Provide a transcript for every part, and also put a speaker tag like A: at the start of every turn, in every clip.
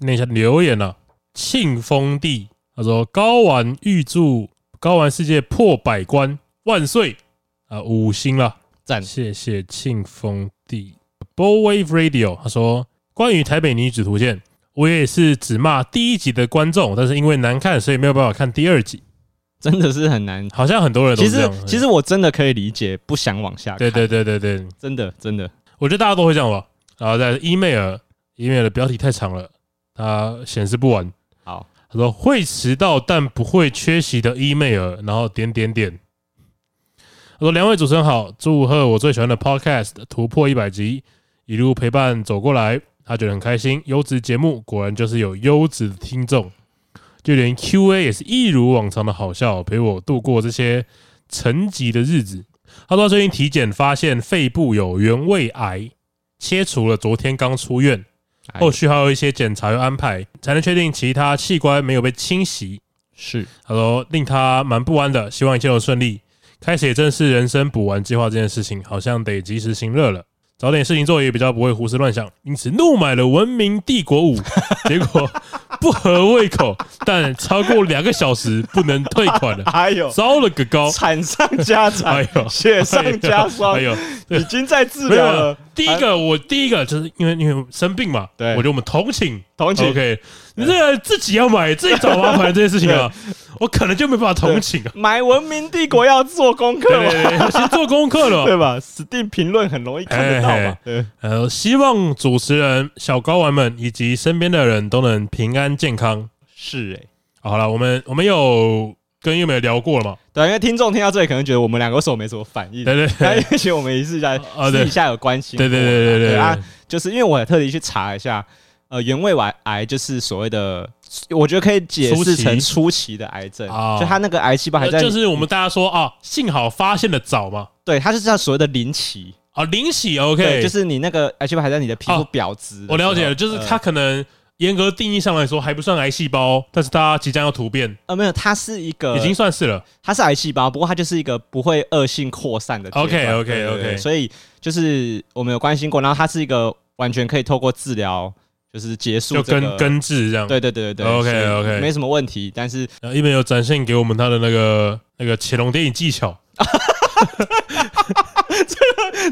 A: 念一下留言啊，庆丰帝他说高玩预祝高玩世界破百关，万岁啊、五星了。
B: 赞
A: 谢谢庆丰帝。Bowwave Radio 他说，关于台北女子图鉴，我也是只骂第一集的观众，但是因为难看，所以没有办法看第二集。
B: 真的是很难。
A: 好像很多人都
B: 其
A: 是这
B: 实
A: 样。哎
B: 其实我真的可以理解，不想往下看。
A: 对对，对对对，
B: 真的真的
A: 我觉得大家都会这样吧。然后在 email，email 的标题太长了，它显示不完。
B: 好，
A: 他说会迟到但不会缺席的 email，然后点点点。他说：“两位主持人好，祝贺我最喜欢的 podcast 突破一百集，一路陪伴走过来，他觉得很开心。优质节目果然就是有优质的听众，就连 Q&A 也是一如往常的好笑，陪我度过这些沉寂的日子。”他说：“最近体检发现肺部有原位癌，切除了，昨天刚出院。”
B: 哎
A: 后续还有一些检查与安排，才能确定其他器官没有被侵袭。
B: 是
A: 他说令他蛮不安的，希望一切都顺利。开始也正是人生补完计划这件事情，好像得及时行乐了，找点事情做也比较不会胡思乱想。因此怒买了《文明帝国五》，结果不合胃口，但超过两个小时不能退款 了，
B: 哎呦，
A: 糟了个高！
B: 惨上加惨
A: 哦哎，呦
B: 雪上加霜，
A: 哎呦，
B: 已经在 治
A: 没有
B: 疗
A: 没有
B: 了。，啊
A: 第一个我第一个就是因为因为生病嘛，
B: 对
A: 我觉得我们同情
B: 同情
A: OK，你这个自己要买自己找麻烦这件事情 啊，我可能就没办法同情啊。
B: 买《文明帝国》要做功课
A: 对
B: 嘛，
A: 对对，我先做功课了。
B: 对吧？史蒂评论很容易看得到
A: 哎
B: 嘛
A: 哎。
B: 对，
A: 呃，希望主持人、小高玩们以及身边的人都能平安健康。
B: 是哎，
A: 好了，我们我们有跟优美聊过了嘛？
B: 对，啊因为听众听到这里可能觉得我们两个为什么没什么反应？
A: 对对
B: 那
A: 对
B: 也许我们也是在
A: 啊对
B: 私底下有关心
A: 对
B: 过
A: 对
B: 啦。
A: 对对
B: 啊
A: 对，，
B: 就是因为我也特地去查一下，呃，原位癌癌就是所谓的，我觉得可以解
A: 初
B: 释
A: 期
B: 成初期的癌症，
A: 啊
B: 就它那个癌细胞还在，
A: 呃就是我们大家说啊，幸好发现的早嘛。
B: 对，它是叫所谓的临期，
A: 啊，零喜 OK，
B: 对，就是你那个癌细胞还在你的皮肤
A: 哦
B: 表质的时候、
A: 我了解了，就是它
B: 呃
A: 可能严格定义上来说还不算癌细胞，但是它即将要突变，
B: 呃没有，它是一个
A: 已经算是了。
B: 它是癌细胞，不过它就是一个不会恶性扩散的阶段。
A: OK，OK，OK
B: 对对对所以就是我们有关心过，然后它是一个完全可以透过治疗就是结束
A: 就
B: 这
A: 根
B: 个
A: 根治这样。
B: 对对对对对
A: OK，OK
B: 所以没什么问题，但是
A: 然后一边有展现给我们他的那个那个乾隆电影技巧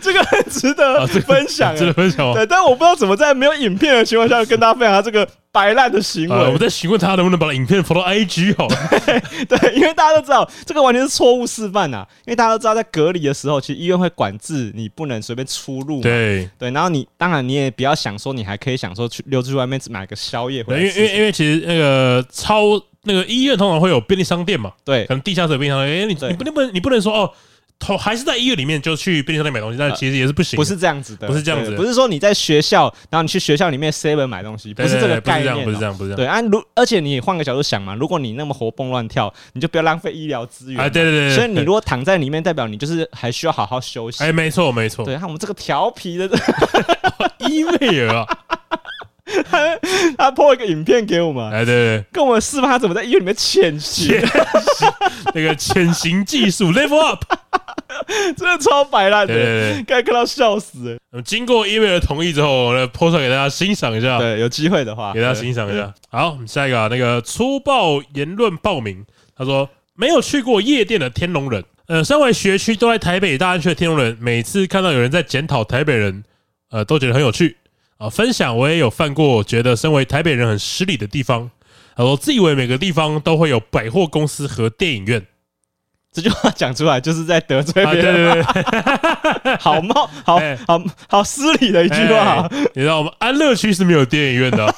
B: 这个很 值
A: 啊
B: 得
A: 这个
B: 分享、
A: 真的分享哦吗
B: 对，？但我不知道怎么在没有影片的情况下跟大家分享他这个摆烂的行
A: 啊，我们
B: 为。
A: 在询问他能不能把影片投到哦 IG 好了。
B: 对，因为大家都知道这个完全是错误示范呐、因为大家都知道在隔离的时候，其实医院会管制你不能随便出入嘛。
A: 对，
B: 对，然后你当然你也不要想说你还可以想说去溜出去外面买个宵夜回
A: 对因为因
B: 来吃
A: 为因为其实那个超那个医院通常会有便利商店嘛，
B: 对
A: 可能地下室有便利商店。哎，你
B: 对
A: 你不能不能你不能说哦，投还是在医院里面就去便利商店买东西，但
B: 呃
A: 其实也是不行的。
B: 不是这样子的，
A: 不是这样子的
B: 对不是说你在学校，然后你去学校里面 seven 买东西，
A: 对，
B: 不是这个
A: 对对
B: 概念哦、
A: 不是这样，不是这样，不是这
B: 对
A: 样。
B: 啊，如而且你换个角度想嘛，如果你那么活蹦乱跳，你就不要浪费医疗资源嘛。
A: 啊，对对对。对
B: 所以你
A: 对
B: 如果躺在里面，代表你就是还需要好好休息。
A: 哎，没错没错，
B: 对，看我们这个调皮的，
A: 伊妹儿啊，
B: 他破一个影片给我们啊，
A: 哎，对
B: 跟我们示范他怎么在医院里面潜
A: 对
B: 行，
A: 对，那个潜行技术 level up，
B: 真的超白烂
A: 对对
B: 的，
A: 对。
B: 刚才看到笑死了。
A: 那么嗯经过 email 的同意之后，我呢抛出来给大家欣赏一下，
B: 对，有机会的话，
A: 给大家
B: 对
A: 欣赏一下。好，我们下一个啊，那个粗暴言论报名，他说没有去过夜店的天龙人，呃，身为学区都在台北大安区的天龙人，每次看到有人在检讨台北人，呃，都觉得很有趣啊。分享我也有犯过，觉得身为台北人很失礼的地方。他说自以为每个地方都会有百货公司和电影院，
B: 这句话讲出来就是在得罪
A: 啊，
B: 别
A: 对对
B: 人，
A: 对，对
B: 好冒，好
A: 哎
B: 好好失礼的一句话。
A: 哎你知道我们安乐区是没有电影院 的啊，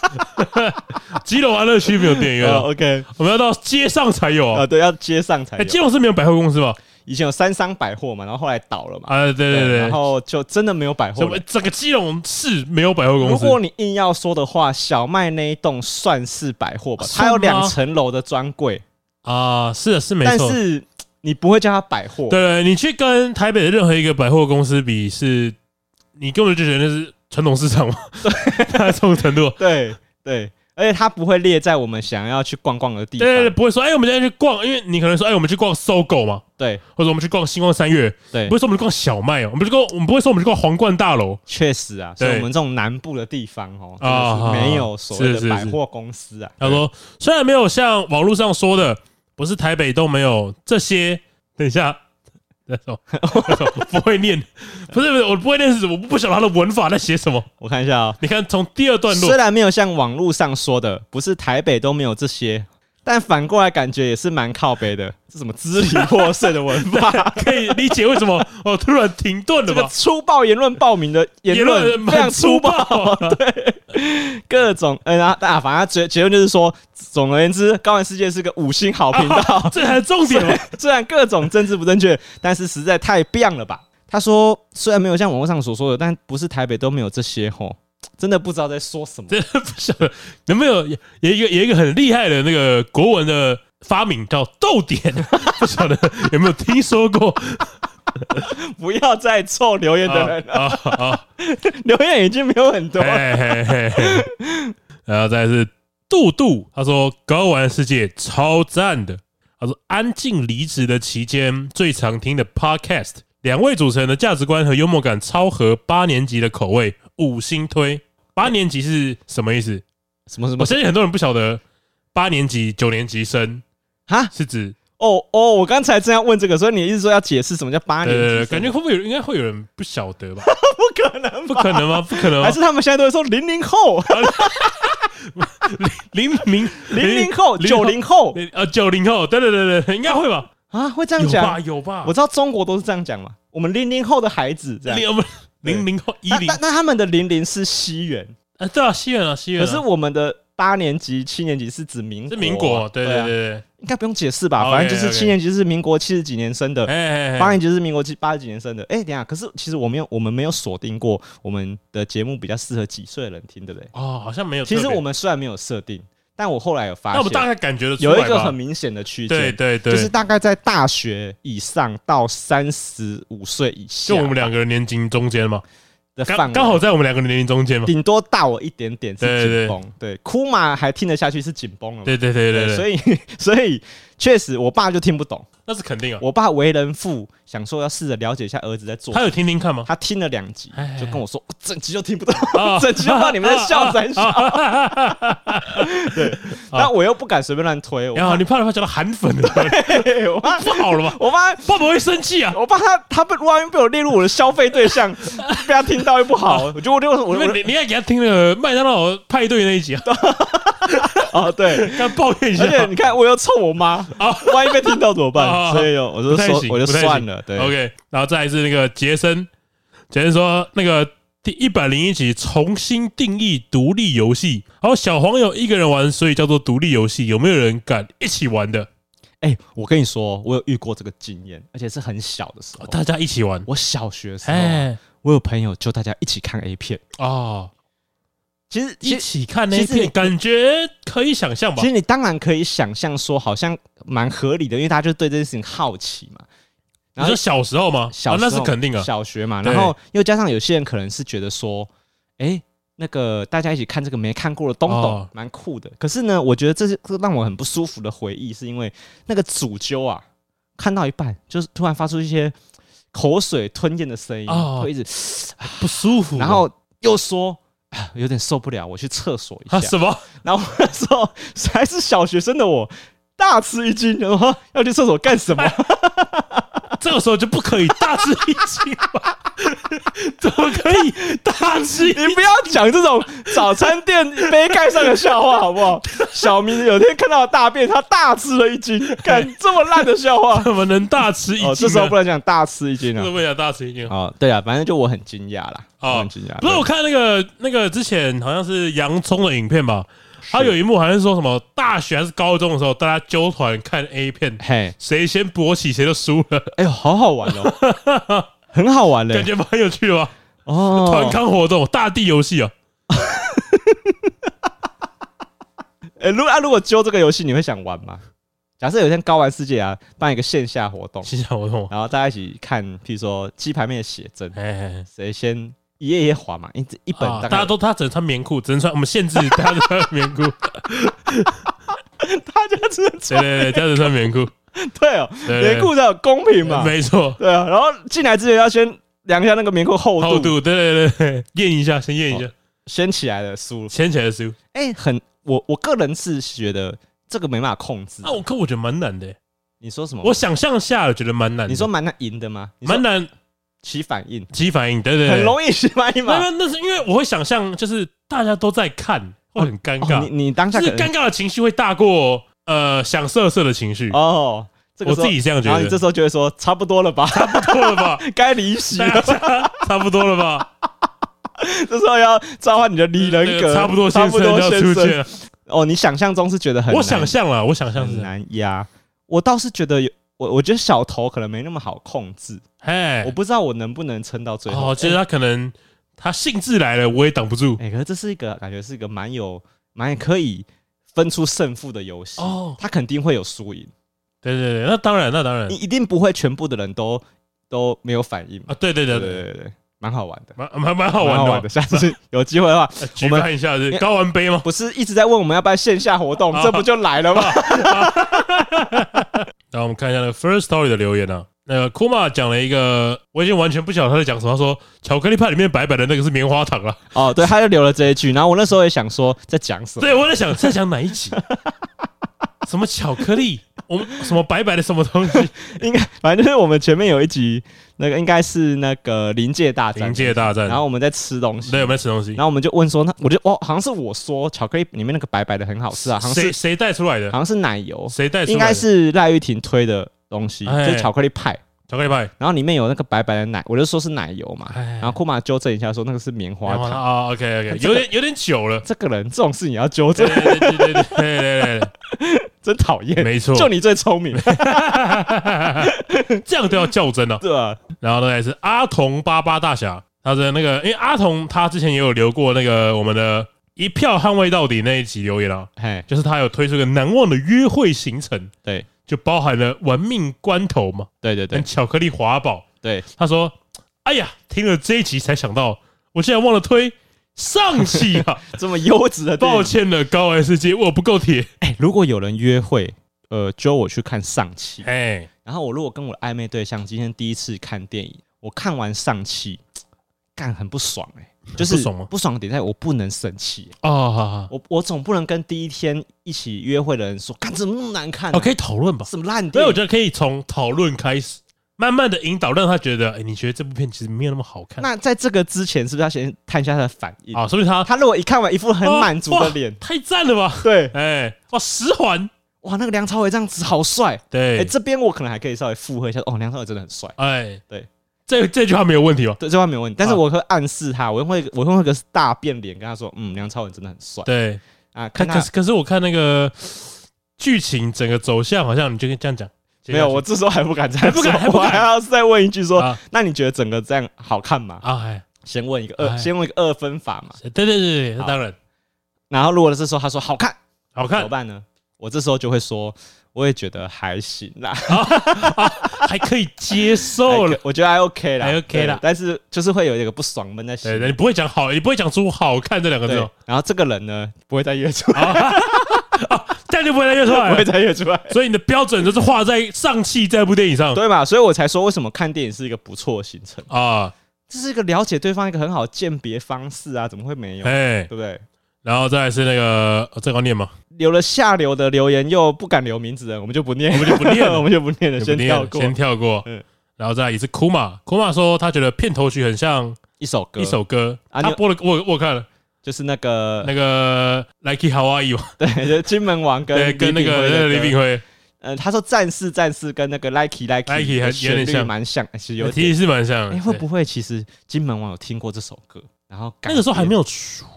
A: 基隆安乐区没有电影院啊
B: 呃，OK，
A: 我们要到街上才有
B: 啊，
A: 啊。
B: 对，要接上才
A: 哎，
B: 有
A: 基隆是没有百货公司吗？
B: 以前有三商百货嘛，然后后来倒了嘛，
A: 啊，对对对
B: 然，后就真的没有百货
A: 什
B: 了
A: 么。整个基隆市没有百货公
B: 如
A: 司？
B: 果你硬要说的话，小麦那一栋算是百货吧，它
A: 算
B: 有
A: 吗
B: 两层楼的专柜，
A: 啊，是的，是没
B: 但
A: 错。对
B: 是你不会叫它百货。
A: 对，你去跟台北的任何一个百货公司比，是你根本就觉得那是传统市场嘛？ 对，这种程度。
B: 对对，而且它不会列在我们想要去逛逛的地
A: 对
B: 方。
A: 对对，不会说哎，我们今天去逛，因为你可能说哎，我们去逛搜狗嘛，
B: 对
A: 或者我们去逛星光三月，
B: 对
A: 不会说我们去逛小麦哦，我们去逛，我们不会说我们去逛皇冠大楼。
B: 确实啊，所以
A: 对
B: 我们这种南部的地方哦，真
A: 啊
B: 的是没有所谓
A: 是是
B: 的百
A: 是
B: 货公司啊。
A: 他说，虽然没有像网络上说的，不是台北都没有这些。等一下， 那种不会念，不是不是，我不会念是什么？我不晓得他的文法在写什么。
B: 我看一下啊、
A: 你看，从第二段
B: 虽
A: 落，？
B: 然没有像网络上说的，不是台北都没有这些，但反过来感觉也是蛮靠北的。这什么支离破碎的文法
A: 可以理解为什 么我突然停顿了
B: 这个
A: 吧？
B: 粗暴言论报名的言论非
A: 蛮
B: 常粗暴，
A: 暴 的，
B: 各种嗯啊，大反正结结论就是说，总而言之，高玩世界是个五星好频道。
A: 这才是重点嘛。
B: 虽然各种政治不正确，但是实在太棒了吧？他说，虽然没有像网络上所说的，但不是台北都没有这些吼，真的不知道在说什么。
A: 真的不晓得有没有有一个有一个很厉害的那个国文的发明叫逗点，不晓得有没有听说 过？
B: 不要再凑留言的人了，
A: 啊哎啊！啊
B: 留言已经没有 很多了。
A: 嘿嘿嘿嘿，然后再来是杜杜，他说高玩世界超赞的。他说安静离职的期间最常听的 podcast，两位主持人的价值观和幽默感超合八年级的口味，五星推。八年级是什么意思？
B: 什么什
A: 我
B: 么
A: 相信很多人不晓得，八年级、九年级生
B: 哈？
A: 是指
B: 哦哦，我刚才正要问这个，所以你意思说要解释什么叫八
A: 呃，
B: 年级
A: 对对
B: 生？
A: 感觉会不会有应该会有人不晓得 吧？
B: 不可 能
A: 不
B: 吧？
A: 可能吗？不可能吗
B: 还是他们现在都会说零零后、
A: 零零
B: 零零后、九零后
A: 呃九零后，对对对对，应该会吧？
B: 啊？会这样
A: 有吧
B: 讲？
A: 有吧，
B: 我知道中国都是这样讲嘛。我们零零后的孩子这样，
A: 零我们零零后一
B: 那
A: 零
B: 啊那，那他们的零零是西元，
A: 啊对啊，西元啊西元
B: 可
A: 啊，
B: 是我们的八年级、七年级是指民
A: 是
B: 国啊，
A: 民国，对对
B: 啊，
A: 对
B: 应该不用解释吧？
A: OK，
B: 反正就是
A: OK
B: 七年级是民国七十几年生的
A: 对，，哎哎
B: 八
A: 哎，
B: 年级是民国七八十几年生的。哎、等一下，可是其实我没有，我们没有锁定过我们的节目比较适合几岁的人听，对不对？
A: 哦，好像没有特
B: 其
A: 别，
B: 实我们虽然没有设定，但我后来有发
A: 那我们大
B: 现，
A: 概感觉得出来
B: 有
A: 吧
B: 一个很明显的区
A: 对
B: 间，
A: 对对，
B: 就是大概在大学以上到三十五岁以下
A: 就我们两个人年龄中间嘛，
B: 的范
A: 刚
B: 围，
A: 刚好在我们两个人年龄中间嘛，
B: 顶多大我一点点
A: 对
B: 是
A: 对
B: 紧绷，对，哭嘛还听得下去是紧绷了嘛。
A: 对对对对
B: 所
A: 对，
B: 以 所以确实，我爸就听不懂。
A: 那是肯定啊，
B: 我爸为人父，想说要试着了解一下儿子在做什
A: 他
B: 么。
A: 有听听 看吗？
B: 他听了两集
A: 哎哎哎，
B: 就跟我说，我整集就听 不懂
A: 啊，
B: 整集就不知道你们在 笑三笑。对，但我又不敢随便乱推，我
A: 然后哎你怕不怕叫他韩 粉了？
B: 怕我怕
A: 不好了吧？
B: 我怕
A: 爸爸会生气啊！
B: 我怕他他被万一被我列入我的消费对象， 被他听到又不好。我觉得我就我
A: 因为
B: 我
A: 你你要给他听那个麦当劳派对那一集啊，
B: 哦对。
A: 跟他抱怨一下
B: 而。且你看，我又臭我妈
A: 啊
B: 万一被听到怎么
A: 啊
B: 办？所以哦我
A: 不
B: 就
A: 太
B: 说
A: 行，
B: 我就
A: 不太
B: 算
A: 行
B: 了。对
A: OK，然后再来是那个杰森，杰森说那个第一百零一集重新定义独立游戏，然后小黄有一个人玩，所以叫做独立游戏，有没有人敢一起玩的？
B: 哎、我跟你说，我有遇过这个经验，而且是很小的时候。
A: 哦大家一起玩，
B: 我小学的时候啊，
A: 哎，
B: 我有朋友就大家一起看 A 片。
A: 哦，
B: 其实，
A: 一
B: 其实，
A: 起看那一
B: 其实
A: 片，
B: 你
A: 感觉可以想象吧
B: 其？实你当然可以想象说，好像蛮合理的，因为大家就对这件事情好奇嘛。
A: 你
B: 然后
A: 说小时候吗？
B: 小
A: 啊
B: 时
A: 那
B: 候、
A: 是肯定啊。
B: 小学嘛，
A: 对
B: 然后又加上有些人可能是觉得说，哎、那个大家一起看这个没看过的东
A: 哦
B: 东，蛮、酷的。可是呢，我觉得这是这让我很不舒服的回忆，是因为那个主揪啊，看到一半就是突然发出一些口水吞咽的声音，
A: 哦
B: 会一直，
A: 不舒服啊。
B: 然后又说。啊有点受不了，我去厕所一
A: 啊
B: 下。
A: 什么？
B: 然后我那时 候还是小学生的我，大吃一惊，然后要去厕所干什么？
A: 这个时候就不可以大吃一惊 吧？怎么可以大吃一惊，
B: 你不要讲这种早餐店杯盖上的笑话，好不好？小明有天看到大便，他大吃了一惊，看这么烂的笑 话
A: 怎么能大吃一惊呢？啊
B: 哦，这时候不能讲大吃一惊
A: 是
B: 啊。
A: 为了大吃一惊。
B: 哦，对啊，反正就我很惊讶啦，
A: 哦
B: 我很惊讶。
A: 不是，
B: 啊对
A: 我看那个那个之前好像是洋葱的影片吧，他有一幕好像是说什么大学还是高中的时候，大家纠团看 A 片，
B: 嘿，
A: 谁先勃起谁就输了，
B: 哎呦，好好玩哦， 很好玩嘞
A: 感，觉蛮有趣的吧？团
B: 哦，
A: 康活动，大地游戏啊，
B: 哎，如果啊如果揪这个游戏，你会想玩吗？假设有一天高玩世界啊，办一个线下活动，
A: 线下活动，
B: 然后大家一起看，譬如说鸡排妹的写真，
A: 哎哎，哎
B: 谁先一页一页划嘛，一一本
A: 啊
B: 大
A: 大家
B: 概
A: 都他只能穿棉裤，只能穿我们限制他只穿棉裤，
B: 大家只能
A: 对对对，他只能穿棉裤，
B: 对哦，
A: 对对
B: 棉裤才有公平嘛，
A: 没错，
B: 对啊，然后进来之前要先量一下那个棉裤厚
A: 厚度，对对对对，验一下，先验一
B: 哦
A: 下，
B: 掀起来的输了。
A: 牵起来的输。
B: 哎、很我我个人是觉得这个没办法控制。
A: 啊，我可我觉得蛮难的，
B: 你说什么？
A: 我想象下了觉得蛮难的。
B: 哦你说蛮难赢的吗？你说
A: 蛮难
B: 起反应，
A: 起反应，对对对，
B: 很容易起反应
A: 没有。没。
B: 嘛
A: 有，那是因为我会想象，就是大家都在看，会很尴
B: 哦你
A: 尬，
B: 你当下
A: 就
B: 可
A: 是尴
B: 能
A: 尬的情绪会大过呃想色色的情绪。
B: 哦，这个
A: 我
B: 时候
A: 自己这样觉
B: 然后你
A: 得
B: 这，时候就会说差不多了吧，
A: 错了吧？
B: 该离席
A: 大
B: 了。
A: 家差不多了吧？
B: 这时候要召 唤你的离人
A: 这个
B: 格，
A: 差不多
B: 差
A: 先
B: 不
A: 生
B: 多
A: 要
B: 先
A: 出
B: 生
A: 现了。
B: 哦，你想象中是觉得很
A: 我
B: 难
A: 想象了，我想象
B: 很
A: 是，
B: 难压。我倒是觉得有我，我觉得小头可能没那么好控制，
A: 哎
B: 我，不知道我能不能撑到最后。
A: 哦，就是他可能他兴致来了，我也挡不住。
B: 哎、可是这是一个感觉是一个蛮有蛮可以分出胜负的游戏，
A: 哦
B: 它肯定会有输赢，
A: 对对对，那当然，那当然
B: 你一定不会全部的人都都没有反应嘛。
A: 啊，对对对
B: 对
A: 对，
B: 对对对，蛮好玩的，
A: 蛮蛮蛮好
B: 蛮好
A: 玩
B: 玩
A: 的
B: 的。
A: 哦。
B: 下 次有机会的话，
A: 呃举办一下是高玩杯吗？
B: 不是一直在问我们要不要线下活 动，这不就来了吗？
A: 然后我们看一下那个 First Story 的留言啊，那个 Kuma 讲了一个，我已经完全不晓得他在讲什么。他说巧克力派里面白白的那个是棉花糖啊。
B: 哦，对，他就留了这一句，然后我那时候也想说在讲什么，
A: 对，我在想在讲哪一集？什么巧克力？我们什么白白的什么东西？
B: 应该反正就是我们前面有一集，那个应该是那个临界大战，
A: 临界大战
B: 然。后我们在吃东西，
A: 对，我们在吃东西
B: 然。后我们就问说，那我就哦，好像是我说巧克力里面那个白白的很好吃啊，好像
A: 谁
B: 是
A: 谁带出来的
B: 好？像是奶油，
A: 谁带出来的？
B: 应该是赖玉婷推的东西，就
A: 哎
B: 是巧克力派，
A: 巧克力派。
B: 然后里面有那个白白的奶，我就说是奶油嘛，
A: 哎
B: 然后库玛纠正一下说那个是棉花
A: 棉花
B: 糖。
A: 糖啊，OK OK，
B: 这
A: 有
B: 个
A: 点有点久了。
B: 这个人这种事情也要纠
A: 对
B: 正，
A: 对对对对对对对
B: 真讨
A: 对，
B: 厌。
A: 没错。
B: 就你最聪明，
A: 这样都要较真啊。
B: 对吧？
A: 然后呢，也是阿童巴巴大侠，他的那个，因为阿童他之前也有留过那个我们的一票捍卫到底那一集留言啊，
B: 哎，
A: 就是他有推出一个难忘的约会行程，
B: 对，
A: 就包含了玩命关头嘛，
B: 对对
A: 跟
B: 对
A: 巧克力滑宝。
B: 对，
A: 他说：“哎呀，听了这一集才想到，我竟然忘了推上期啊，
B: 这么优质的电影
A: 抱歉了，高玩世界，我不够铁。
B: 哎如果有人约会，呃，揪我去看上期”，
A: 哎，
B: 然后我如果跟我的暧昧对象今天第一次看电影，我看完上期，干很不爽哎、就是
A: 不爽吗
B: 不爽的点在于我不能生气、
A: 哦，好好，
B: 我我总不能跟第一天一起约会的人说，干怎么那么难看、啊？
A: 哦，可以讨论吧。
B: 什么烂
A: 所以
B: 电影？
A: 我觉得可以从讨论开始，慢慢的引导，让他觉得，哎，你觉得这部片其实没有那么好看。
B: 那在这个之前，是不是要先探一下他的反应？
A: 啊，说明他
B: 他如果一看完一副很
A: 哇
B: 满足
A: 哦哇
B: 的脸，
A: 太赞了吧？
B: 对，
A: 哎，哇，十环，
B: 哇，那个梁朝伟这样子好帅。哎、
A: 对，
B: 这边我可能还可以稍微附和一下，哦，梁朝伟真的很帅。
A: 哎，
B: 对，
A: 这这句话没有问题吧？
B: 对，这方面没问题，但是
A: 啊
B: 我会暗示他，我会我用一个大变脸跟他说，嗯，梁朝伟真的很帅
A: 对，
B: 啊。
A: 可
B: 看
A: 可
B: 他
A: 是可是我看那个剧情整个走向，好像你就可以这样讲，接
B: 没
A: 下
B: 有，
A: 去
B: 我这时候还不敢这样
A: 还不敢
B: 说
A: 还不
B: 我
A: 敢
B: 还要再问一句说，
A: 啊
B: 那你觉得整个这样好看吗？
A: 啊，哎，
B: 先问一个
A: 哎
B: 二，先问一个二分法嘛。
A: 对对对对，那
B: 好
A: 当然
B: 然后如果是说他说好看，
A: 好
B: 怎
A: 看
B: 么，办呢？我这时候就会说，我也觉得还行啦，
A: 还可以接受
B: 还
A: 了
B: 可。我觉得还 OK 啦，
A: 还 OK 啦
B: 对但是就是会有一个不爽闷在心
A: 对
B: 里。
A: 对，你不会讲好，你不会讲出“好看”这两个字
B: 对
A: 哦，，
B: 然后这个人呢，不会再约出来，
A: 这样就不会再约出来
B: 不
A: 了。
B: 会再约出来，
A: 所以你的标准就是画在上汽这部电影上
B: 对嘛？所以我才说，为什么看电影是一个不错的行程。
A: 啊，
B: 这是一个了解对方一个很好的鉴别方式啊，怎么会没有？对
A: 哎，
B: 不对？
A: 然后再来是那个哦这个要念 吗？
B: 留了下流的留言又不敢留名字的，我们就不念，我们就
A: 不念了
B: 我们就不念了，
A: 也不
B: 先
A: 念了
B: 跳过。
A: 先跳过
B: 嗯。
A: 然后再来一次库玛，库玛说他觉得片头曲很像
B: 一首歌，
A: 一首歌，
B: 啊
A: 他
B: 你嗯
A: 播了我我看了
B: 就是那个
A: 那个 Like Hawaii 嘛，
B: 对，就是金门王
A: 对，
B: 跟
A: 跟那个那个李炳
B: 辉，
A: 辉，
B: 呃，他说战士战士跟那个 Likey
A: Likey 还
B: 的
A: 有
B: 旋
A: 点
B: 律
A: 像
B: 蛮像，其实有
A: 其
B: 点。
A: 实是蛮像的。
B: 哎，会
A: 对
B: 不会其实金门王有听过这首歌？然后
A: 那个时候还没
B: 有，
A: 有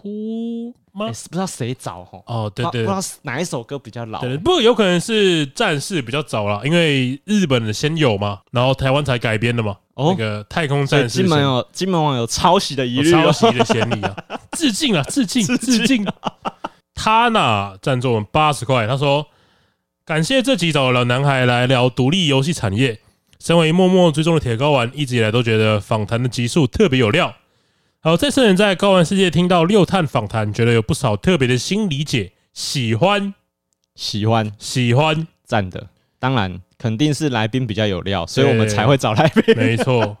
A: 出吗
B: 哎？不知道谁早吼，
A: 哦，对
B: 不
A: 对
B: 知道不知道哪一首歌比较老，
A: 对，不过有可能是战士比较早了，因为日本的先有嘛，然后台湾才改编的嘛。
B: 哦
A: 那个太空
B: 所以
A: 战士
B: 金门
A: 先
B: 有金门网有抄袭的疑
A: 有
B: 虑
A: 抄
B: 哦，
A: 袭的嫌 疑啊！致敬啊，致敬，致敬！他那赞助我们八十块，他说感谢这集找了男孩来聊独立游戏产业。身为默默追踪的铁睾丸，一直以来都觉得访谈的集数特别有料。还有这次能在睾丸世界听到六探访谈，觉得有不少特别的新理解，喜欢
B: 喜欢
A: 喜欢，
B: 赞的，当然肯定是来宾比较有料，所以我们
A: 对
B: 才会找来宾。
A: 没错。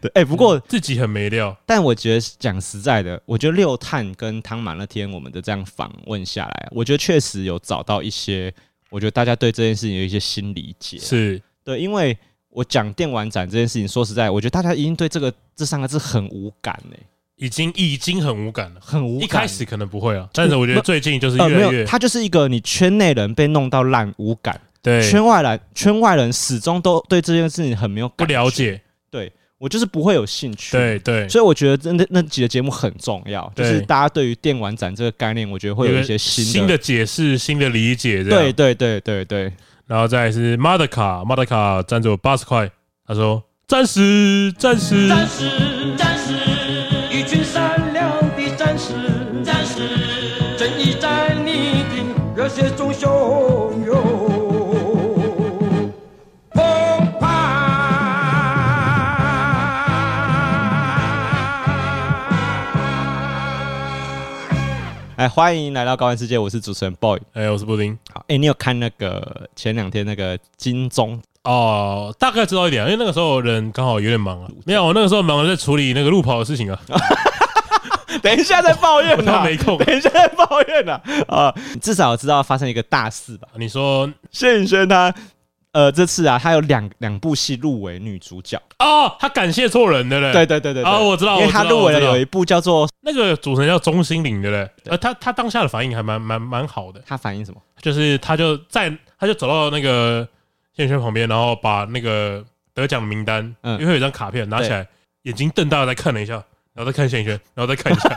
B: 对，哎， 不过
A: 自己很没料，
B: 但我觉得讲实在的，我觉得六探跟汤马那天我们的这样访问下来，我觉得确实有找到一些，我觉得大家对这件事情有一些新理解。
A: 是
B: 对，因为我讲电玩展这件事情，说实在，我觉得大家已经对这个这三个字很无感嘞、
A: 已经已经很无感了。
B: 很无感。
A: 一开始可能不会啊，但是我觉得最近就是
B: 呃
A: 越
B: 没
A: 来
B: 有，
A: 越
B: 它就是一个你圈内人被弄到烂无感，
A: 对
B: 圈外人圈外人始终都对这件事情很没有
A: 不
B: 感
A: 了
B: 觉，
A: 解，
B: 我就是不会有兴趣。
A: 对对，
B: 所以我觉得那那那几个节目很重要，就
A: 对
B: 是大家对于电玩展这个概念，我觉得会有一些新的。
A: 新的解释、新的理解，这
B: 对
A: 样。
B: 对对对对，
A: 然后再来是 m a d a k a m a d a k a 赞助八十块，他说：“战士，战士，
C: 战士，战士，一群善良的战士，战士，正义在你的热血中汹涌澎湃。
B: 哎，欢迎来到高玩世界，我是主持人 boy。
A: 哎，我是布丁。
B: 好，哎，你有看那个前两天那个金钟？
A: 哦，大概知道一点，因为那个时候人刚好有点忙啊。没有，我那个时候忙着在处理那个路跑的事情 啊，
B: 等一下再抱怨
A: 我
B: 啊
A: 都没空。
B: 等一下再抱怨啊！啊，至少知道发生一个大事吧。
A: 你说
B: 谢颖轩他呃这次啊，他有两两部戏入围女主角。
A: 哦，他感谢错人的嘞。
B: 对对对对对
A: 哦，我知道，
B: 因为
A: 我知道
B: 他入围
A: 我
B: 了
A: 知道
B: 有一部叫做
A: 那个主持人叫钟心凌，对不对？呃，他他当下的反应还蛮蛮蛮好的，
B: 他反映什么？
A: 就是他就在他就走到那个线圈旁边，然后把那个得奖名单，
B: 嗯
A: 因为有一张卡片拿起来，眼睛瞪大了再看了一下，然后再看线圈，然后再看一下，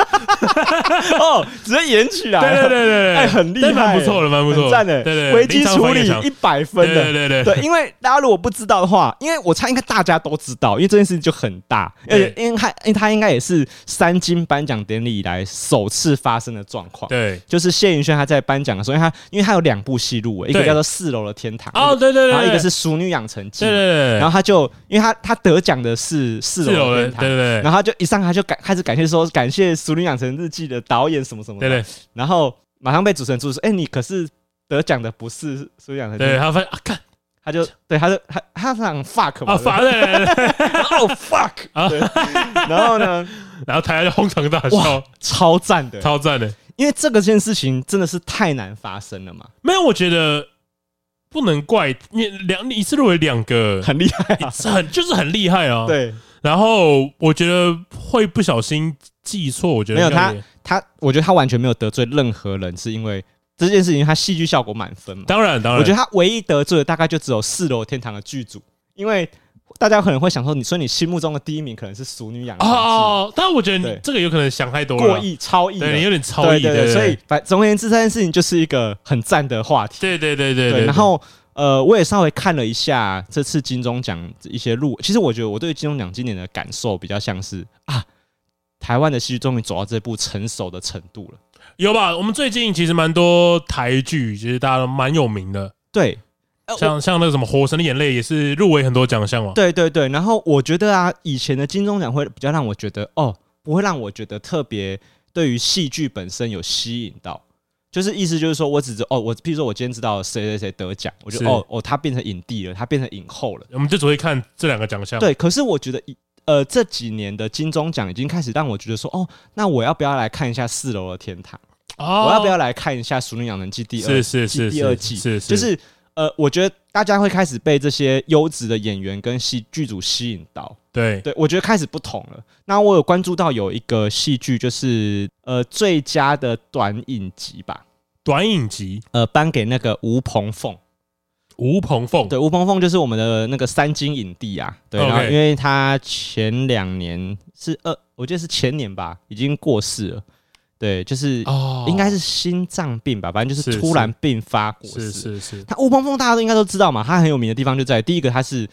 B: 哦，直接演起来
A: 对对对
B: 了。
A: 对对，
B: 哎很厉害
A: 但蛮不错的，蛮不错的，
B: 很赞的，
A: 对对，对
B: 危机
A: 临场
B: 处
A: 反应
B: 理
A: 强
B: 一百分
A: 对
B: 的，
A: 对对
B: 对，，因为大家如果不知道的话，因为我猜应该大家都知道，因为这件事情就很大，而
A: 对
B: 且因为他，因为他应该也是三金颁奖典礼以来首次发生的状况。
A: 对，
B: 就是谢云轩他在颁奖的时候，因为他因为他有两部戏入围，一个
A: 对
B: 叫做《四楼的天堂》
A: 哦，对对对，
B: 然后一个
A: 对
B: 是《熟女养成记
A: 对》，对，
B: 然后
A: 后
B: 他就因为他他得奖的是《四
A: 四
B: 楼
A: 楼
B: 的
A: 的，对
B: 天堂》，
A: 对对
B: 然后他就一上台就感开始感谢说感谢《熟女养成日记》的导演什么什么的
A: 对，对
B: 然后马上被主持人注意说：“哎、你可是得奖的不是苏养的。”
A: 对，，他发现啊，看
B: 他就对，他就他他想 fuck 嘛，
A: 啊，反正，对对
B: 哦 fuck，
A: 啊
B: 对然后呢，
A: 然后台下就哄堂大笑
B: 哇，超赞的，
A: 超赞的。
B: 因为这个件事情真的是太难发生了嘛，
A: 没有，我觉得不能怪你两你一次入围两个，
B: 很厉害啊，
A: 是很 就是很厉害啊。，
B: 对
A: 然后我觉得会不小心记错，我觉得
B: 没有
A: 应该也
B: 他，我觉得他完全没有得罪任何人，是因为这件事情他戏剧效果满分嘛，
A: 当然当然，
B: 我觉得他唯一得罪的大概就只有四楼天堂的剧组，因为大家可能会想说，你说你心目中的第一名可能是《熟女养成
A: 哦
B: 记》
A: 哦，哦但我觉得你
B: 对
A: 这个有可能想太多了
B: 过
A: 啦，
B: 亿超亿了，
A: 对你有点超意，
B: 对
A: 对，
B: 所以反总而言之，这件事情就是一个很赞的话题。
A: 对对对对对，
B: 然后呃，我也稍微看了一下这次金钟奖一些入，其实我觉得我对金钟奖今年的感受比较像是啊，台湾的戏剧终于走到这步成熟的程度了。
A: 有吧？我们最近其实蛮多台剧，其实大家都蛮有名的，
B: 对，呃我
A: 像像那个什么《火神的眼泪》也是入围很多奖项嘛。
B: 对对对，然后我觉得啊，以前的金钟奖会比较让我觉得哦，不会让我觉得特别对于戏剧本身有吸引到。就是意思就是说，我只是哦，我譬如说我今天知道谁谁谁得奖，我就是哦哦，他变成影帝了，他变成影后了。
A: 我们就只会看这两个奖项。
B: 对，可是我觉得一呃这几年的金钟奖已经开始让我觉得说，哦，那我要不要来看一下《四楼的天堂》
A: 哦，
B: 我要不要来看一下《熟女养成记》第二
A: 是是
B: 季
A: 是
B: 第二
A: 是
B: 季？
A: 是
B: 就是呃，我觉得大家会开始被这些优质的演员跟戏剧组吸引到。
A: 对
B: 对，我觉得开始不同了。那我有关注到有一个戏剧，就是呃最佳的短影集吧，
A: 短影集
B: 呃颁给那个吴鹏凤。
A: 吴鹏凤，
B: 对，吴鹏凤就是我们的那个三金影帝啊。对，然后
A: OK
B: 因为他前两年是二，我记得是前年吧，已经过世了。对，就是
A: 哦
B: 应该是心脏病吧，反正就是
A: 是
B: 突然病发过
A: 是
B: 世。
A: 是是，
B: 他吴鹏凤大家都应该都知道嘛，他很有名的地方就在于第一个他是。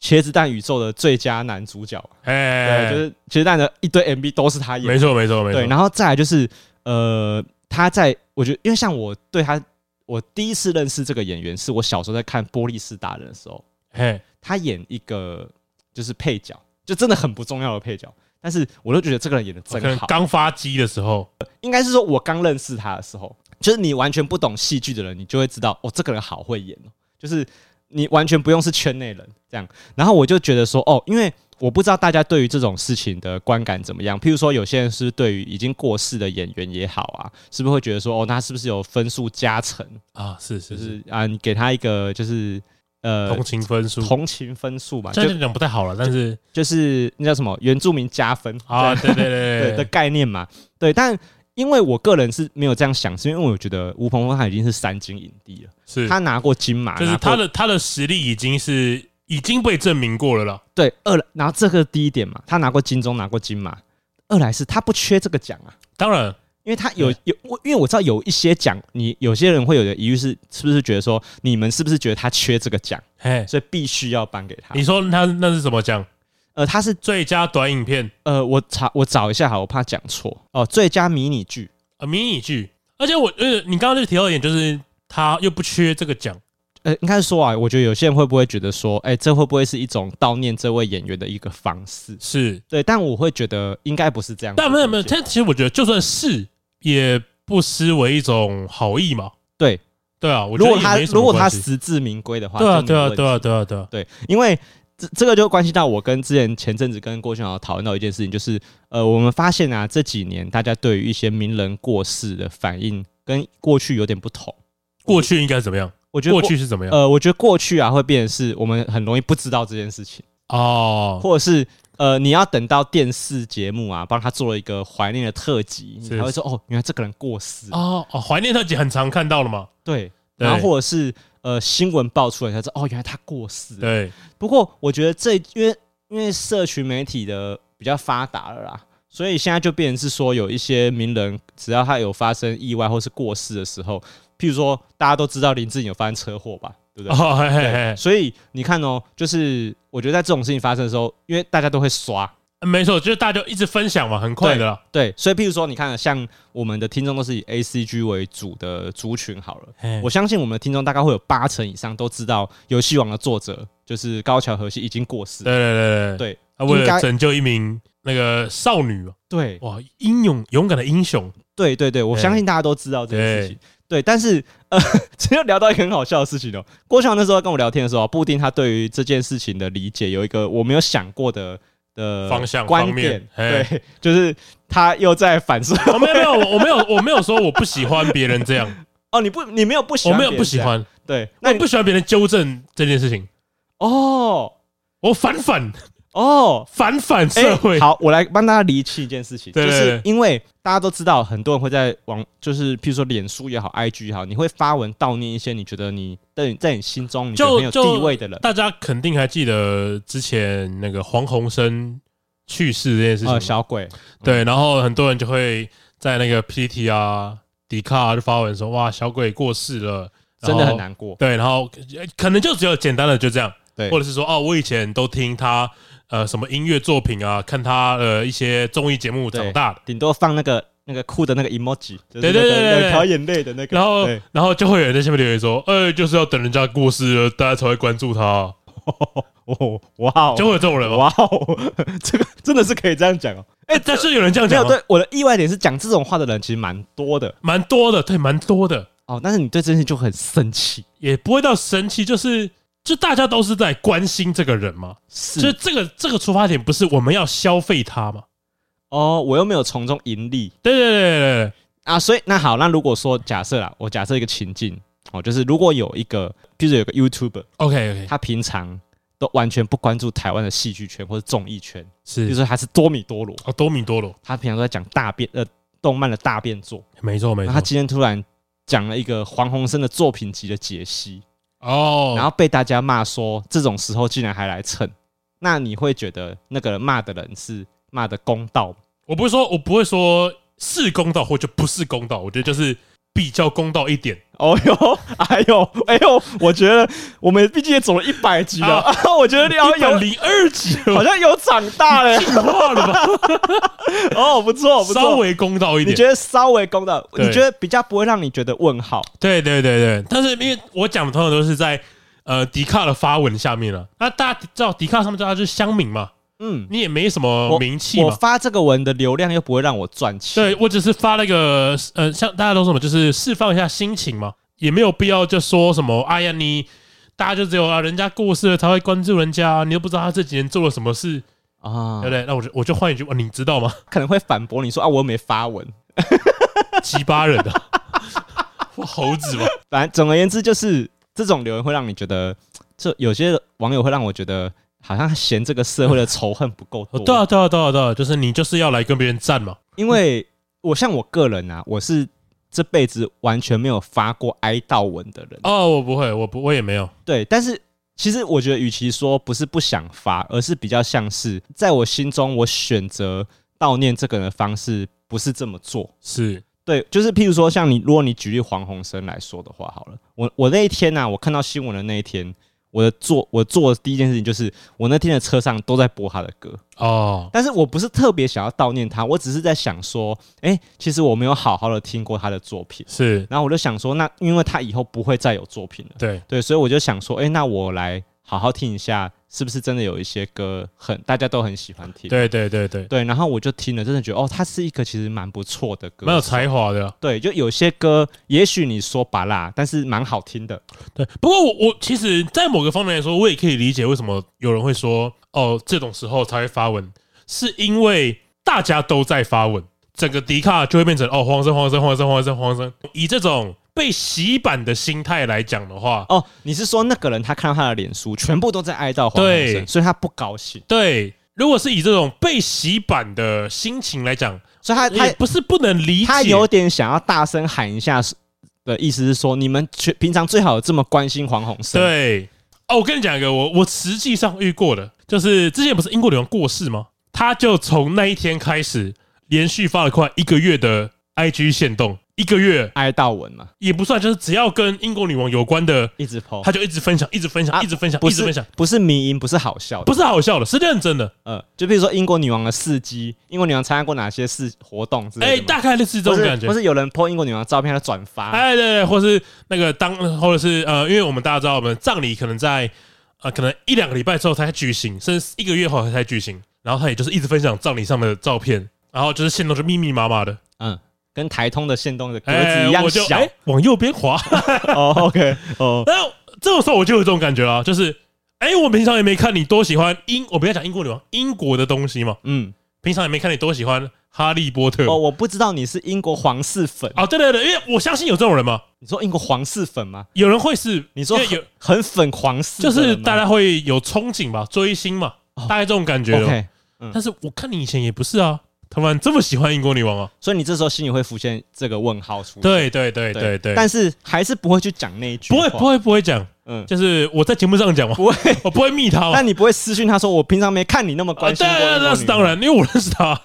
B: 茄子蛋宇宙的最佳男主角，对，
A: 哎，
B: 就是茄子蛋的一堆 MV 都是他演的
A: 没，错没错没错，
B: 对，然后再来就是呃，他在我觉得，因为像我对他，我第一次认识这个演员是我小时候在看《波利斯大人》的时候，
A: 嘿，
B: 他演一个就是配角，就真的很不重要的配角，但是我都觉得这个人演的
A: 哦可能
B: 真好。
A: 刚发机的时候，
B: 应该是说我刚认识他的时候，就是你完全不懂戏剧的人，你就会知道哦，这个人好会演哦，就是你完全不用是圈内人这样。然后我就觉得说哦，因为我不知道大家对于这种事情的观感怎么样，譬如说有些人是对于已经过世的演员也好啊，是不是会觉得说哦，那是不是有分数加成，
A: 啊，是
B: 就是
A: 是，
B: 是啊，你给他一个就是呃
A: 同情分数，
B: 同情分数嘛，
A: 这
B: 就
A: 样讲不太好了，但 是
B: 就是那叫什么原住民加分
A: 啊，对对
B: 对
A: 对
B: 的
A: 对，
B: 概念嘛。对，但因为我个人是没有这样想，是因为我觉得吴鹏峰他已经是三金影帝了，
A: 是，
B: 他拿过金马，
A: 就是
B: 拿过
A: 他的他的实力已经是已经被证明过了啦，
B: 对二来，然后这个第一点嘛，他拿过金钟，拿过金马。二来是他不缺这个奖啊，
A: 当然
B: 因为他有有我，因为我知道有一些奖，你有些人会有的疑虑是，是不是觉得说你们是不是觉得他缺这个奖，
A: 嘿，
B: 所以必须要颁给他
A: 你？说他那是什么奖？
B: 呃，他是
A: 最佳短影片
B: 呃，我查我找一下好，我怕讲错哦，最佳迷你剧。
A: 啊，迷你剧，而且我呃，你刚刚就提到一点，就是他又不缺这个奖，
B: 呃，应该是说啊，我觉得有些人会不会觉得说，哎、这会不会是一种悼念这位演员的一个方式？
A: 是，
B: 对，但我会觉得应该不是这样子的
A: 但
B: 路
A: 没
B: 线。
A: 有没有，但其实我觉得就算是，也不失为一种好意嘛，
B: 对，
A: 对啊，我觉
B: 如
A: 得
B: 果
A: 也
B: 他
A: 没什么
B: 如果他
A: 关系
B: 实至名归的话，
A: 对啊
B: 就
A: 对
B: 没有
A: 啊
B: 问
A: 对啊
B: 题
A: 对啊对啊，
B: 对，因为这这个就关系到我跟之前前阵子跟郭轩豪讨论到一件事情，就是呃，我们发现啊，这几年大家对于一些名人过世的反应跟过去有点不同。
A: 过去应该怎么样？
B: 我觉得
A: 过去是怎么样？
B: 呃，我觉得过去啊会变成是我们很容易不知道这件事情。
A: 哦，
B: 或者是呃，你要等到电视节目啊，帮他做了一个怀念的特辑，你
A: 是
B: 才会说哦，原来这个人过世了。
A: 哦哦，怀念特辑很常看到了嘛，
B: 对，
A: 对
B: 然后或者是呃，新闻爆出来才知道哦，原来他过世了。
A: 对，
B: 不过我觉得这因为因为社群媒体的比较发达了啦。所以现在就变成是说，有一些名人，只要他有发生意外或是过世的时候，譬如说大家都知道林志颖有发生车祸吧，对不对？
A: 哦嘿嘿
B: 对，
A: 嘿，
B: 所以你看哦，就是我觉得在这种事情发生的时候，因为大家都会刷，
A: 没错，就是大家就一直分享嘛，很快的啦，
B: 对，所以譬如说，你看，像我们的听众都是以 A C G 为主的族群好了，
A: 嘿
B: 我相信我们的听众大概会有八成以上都知道《游戏王》的作者就是高桥和希已经过世
A: 对
B: 了，
A: 对对对对，
B: 对
A: 他为
B: 应
A: 了
B: 该
A: 拯救一名那个少女嘛，
B: 对
A: 哇，英勇勇敢的英 雄，
B: 对对对，我
A: 对
B: 相信大家都知道这件事
A: 对
B: 情。对，但是呃， 只有聊到一个很好笑的事情哦。郭强那时候跟我聊天的时候，布丁他对于这件事情的理解有一个我没有想过的的
A: 方向
B: 观
A: 方面
B: 点，
A: 嘿
B: 对， 就是他又在反射。
A: 我哦没有没有，我我没有我没有说我不喜欢别人这样，
B: 哦，你不，你没有不喜
A: 我
B: 欢，
A: 没有不 喜，欢，
B: 对，那
A: 我
B: 你
A: 不喜欢别人纠正这件事情，
B: 哦
A: 我反反
B: 哦，
A: 反反社
B: 哎，
A: 会，
B: 好，我来帮大家理清一件事情，
A: 对
B: 就
A: 对
B: 是
A: 对
B: 因为大家都知道，很多人会在网，就是譬如说脸书也好，IG 也好，你会发文悼念一些你觉得你在你在你心中你觉得
A: 就
B: 很有
A: 就
B: 地位的人。
A: 大家肯定还记得之前那个黄鸿升去世这件事情哦
B: 呃，
A: 嘛，
B: 小鬼，
A: 对，然后很多人就会在那个 PT 啊、迪卡、啊、就发文说：“哇，小鬼过世了，然
B: 真
A: 后
B: 的很。难”过。
A: 对，然后呃可能就只有简单的就这样，
B: 对
A: 或者是说哦，我以前都听他呃什么音乐作品啊，看他呃一些综艺节目
B: 对
A: 长大的，
B: 顶多放那个那个哭的那个 emoji，就是
A: 对对
B: 那个
A: 对对对
B: 两条眼泪的那个。
A: 然后
B: 对
A: 然后就会有人在下面留言说：“呃，就是要等人家过世了，大家才会关注他。
B: 哦，哇哦”，
A: 就会有这种人吗？
B: 哇哦， 这个真的是可以这样讲哦。
A: 哎，但是有人这样
B: 没
A: 讲
B: 有，
A: 吗，
B: 对我的意外点是讲这种话的人其实蛮多的
A: 蛮多的，对，蛮多的，
B: 哦，但是你对这件事情就很生气，
A: 也不会到生气，就是就大家都是在关心这个人嘛，
B: 是
A: 就这个这个出发点不是我们要消费它嘛？
B: 哦，我又没有从中盈利
A: 对对对对对，
B: 啊，所以那好，那如果说假设啦，我假设一个情境哦，就是如果有一个，譬如有个 YouTuber，
A: ，OK OK，
B: 他平常都完全不关注台湾的戏剧圈或者综艺圈，比如
A: 是
B: 说他是多米多罗，
A: 哦，多米多罗，
B: 他平常都在讲大变呃动漫的大变作，
A: 没错没
B: 那他
A: 错，
B: 今天突然讲了一个黄鸿升的作品集的解析，
A: 哦，
B: 然后被大家骂说这种时候竟然还来蹭，那你会觉得那个人骂的人是骂的公道吗？
A: 我不是说我不会说是公道或者不是公道，我觉得就是比较公道一点。
B: 哦哟，哎呦，哎呦，我觉得我们毕竟也走了一百集了，
A: 啊
B: 我觉得你要啊有
A: 有零二级了，
B: 好像有长大了，
A: 化了吧？
B: 哦，不错不错，
A: 稍微公道一
B: 你
A: 点。
B: 觉得稍微公道，
A: 对
B: 你觉得比较不会让你觉得问号？
A: 对对对对，但是因为我讲的通常都是在呃迪卡的发文下面了，那大家知道迪卡上面大家就是乡民嘛，
B: 嗯，
A: 你也没什么
B: 我
A: 名气
B: 我
A: 嘛。
B: 发这个文的流量又不会让我赚钱。
A: 对，我只是发了一个呃，像大家都什么，就是释放一下心情嘛，也没有必要就说什么，哎呀你。大家就只有啊，人家过世了才会关注人家、你又不知道他这几年做了什么事，
B: 啊
A: 对不，对？那我就我就换一句，哦你知道吗？
B: 可能会反驳你说啊，我又没发文。
A: 鸡巴人 啊，哇猴子吧，
B: 反正总而言之，就是这种留言会让你觉得，这有些网友会让我觉得，好像嫌这个社会的仇恨不够
A: 哦
B: 多。
A: 对啊，对啊，对啊，对啊，就是你就是要来跟别人战嘛，
B: 因为我像我个人啊，我是这辈子完全没有发过哀悼文的人。
A: 哦，我不会，我不，我也没有。
B: 对，但是其实我觉得，与其说不是不想发，而是比较像是在我心中，我选择悼念这个人的方式不是这么做。
A: 是，
B: 对，就是譬如说，像你，如果你举例黄鸿升来说的话，好了，我我那一天呢、啊，我看到新闻的那一天，我的做我做的第一件事情就是，我那天的车上都在播他的歌，
A: 哦，
B: 但是我不是特别想要悼念他，我只是在想说，哎、其实我没有好好的听过他的作品，
A: 是，
B: 然后我就想说，那因为他以后不会再有作品了。
A: 对，
B: 对，所以我就想说，哎、那我来好好听一下，是不是真的有一些歌很大家都很喜欢听？
A: 对，对，对，对，
B: 对然后我就听了，真的觉得哦，他是一个其实蛮不错的歌，
A: 蛮有。才华的啊。
B: 对，就有些歌，也许你说拔辣，但是蛮好听的。
A: 对，不过我我其实，在某个方面来说，我也可以理解为什么有人会说，哦，这种时候才会发文，是因为大家都在发文，整个迪卡就会变成哦，黄生，黄生，黄生，黄生，黄生，以这种被洗版的心态来讲的话，
B: 哦，你是说那个人他看到他的脸书，全部都在哀悼黄
A: 对
B: 鸿升，所以他不高兴，
A: 对，如果是以这种被洗版的心情来讲，
B: 所以他
A: 也
B: 他
A: 不是不能理解，
B: 他有点想要大声喊一下，的意思是说，你们全平常最好有这么关心黄鸿升。，
A: 对哦，我跟你讲一个，我我实际上遇过的，就是之前不是英国女王过世吗？他就从那一天开始，连续发了快一个月的 IG 限动，一个月
B: 哀悼文嘛，
A: 也不算，就是只要跟英国女王有关的，
B: 一直 po，
A: 他就一直分享，一直分享，
B: 哦啊
A: 一直分享，
B: 不
A: 一
B: 是
A: 直分享，
B: 不是迷音，不是好笑的，
A: 不是好笑的，是认真的。
B: 呃，就比如说英国女王的事迹，英国女王参加过哪些事活动之类
A: 哎，
B: 的吗？
A: 大概类似这种
B: 不是
A: 感觉
B: 不。是有人 po 英国女王的照片，她转发，
A: 哎，对对，或是那个当，或者是呃，因为我们大家知道，我们葬礼可能在呃，可能一两个礼拜之后才举行，甚至一个月后才举行。然后他也就是一直分享葬礼上的照片，然后就是线都是密密麻麻的，
B: 嗯，跟台通的线动的格
A: 哎，
B: 子一样
A: 我哎就
B: 小。
A: 哎往右边 滑。
B: 哦，OK，哦，
A: 然后这种时候我就有这种感觉啦，就是哎，我平常也没看你多喜欢英，我不要讲英国女王，英国的东西嘛，
B: 嗯，
A: 平常也没看你多喜欢哈利波特。
B: 哦，我不知道你是英国皇室粉，
A: 哦，对对对，因为我相信有这种人嘛，
B: 你说英国皇室粉吗？
A: 有人会是
B: 你说
A: 因为有
B: 很很粉皇室
A: 就
B: 的人吗，哦
A: 是大家会有憧憬吧，追星嘛，大概这种感觉咯。
B: OK，
A: 但是我看你以前也不是啊，他们这么喜欢英国女王 啊？
B: 所以你这时候心里会浮现这个问号出现。
A: 对对对对对，
B: 但是还是不会去讲那一句
A: 不
B: 话，
A: 会不会不会讲，
B: 嗯
A: 就是我在节目上讲嘛，
B: 不 会。
A: 我不会密他嘛。
B: 但你不会私讯他说我平常没看你那么
A: 啊，
B: 关
A: 对
B: 心过英国女
A: 对，
B: 王。
A: 那是当然，因为我认识他。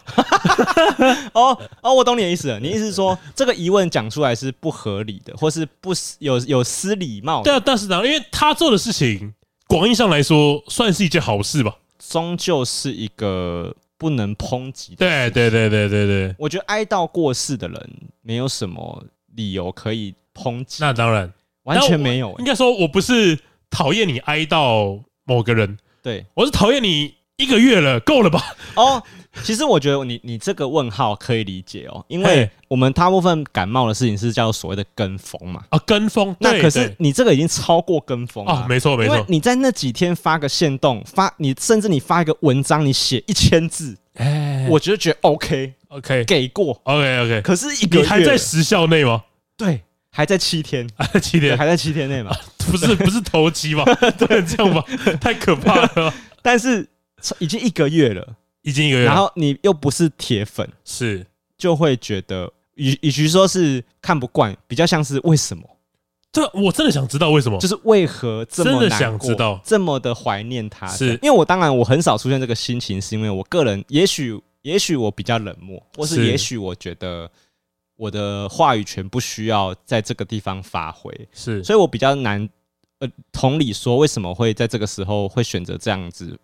B: 哦哦，我懂你的意思了。你意思是说，这个疑问讲出来是不合理的，或是不失有有失礼貌的
A: 对，啊，但是当然，因为他做的事情，广义上来说，算是一件好事吧。
B: 终究是一个不能抨击的。
A: 对对对对对对，
B: 我觉得哀悼过世的人没有什么理由可以抨击，
A: 那当然，
B: 完全没有、
A: 应
B: 欸。
A: 该说我不是讨厌你哀悼某个人，
B: 对
A: 我是讨厌你一个月了，够了吧？
B: 哦，其实我觉得你你这个问号可以理解哦，因
A: 嘿
B: 为我们大部分感冒的事情是叫所谓的跟风嘛。
A: 啊，跟风，
B: 那
A: 对
B: 可
A: 对
B: 是你这个已经超过跟风了、啊
A: 哦，没错没
B: 因为
A: 错，
B: 你在那几天发个限动，发你甚至你发一个文章，你写一千字，
A: 哎
B: 我觉得觉得 OK，
A: OK
B: 给过。
A: OK OK，
B: 可是一个
A: 你
B: 月
A: 还在时效内吗？
B: 对，还在七天，
A: 还在七
B: 对，
A: 天？
B: 还在七天内嘛。
A: 不 是不是头七吧？对，这 样吧，太可怕了吧，
B: 但是已经一个月了，
A: 已经一个月了。
B: 然后你又不是铁粉，
A: 是
B: 就会觉得与与其说是看不惯，比较像是为什么？
A: 对啊，我真的想知道为什么。
B: 就是为何这么
A: 真的
B: 难
A: 想
B: 过
A: 知道
B: 这么的怀念他？
A: 是
B: 因为我当然我很少出现这个心情，是因为我个人也许也许我比较冷漠，或是
A: 是
B: 也许我觉得我的话语权不需要在这个地方发挥，
A: 是
B: 所以我比较难呃同理说为什么会在这个时候会选择这样子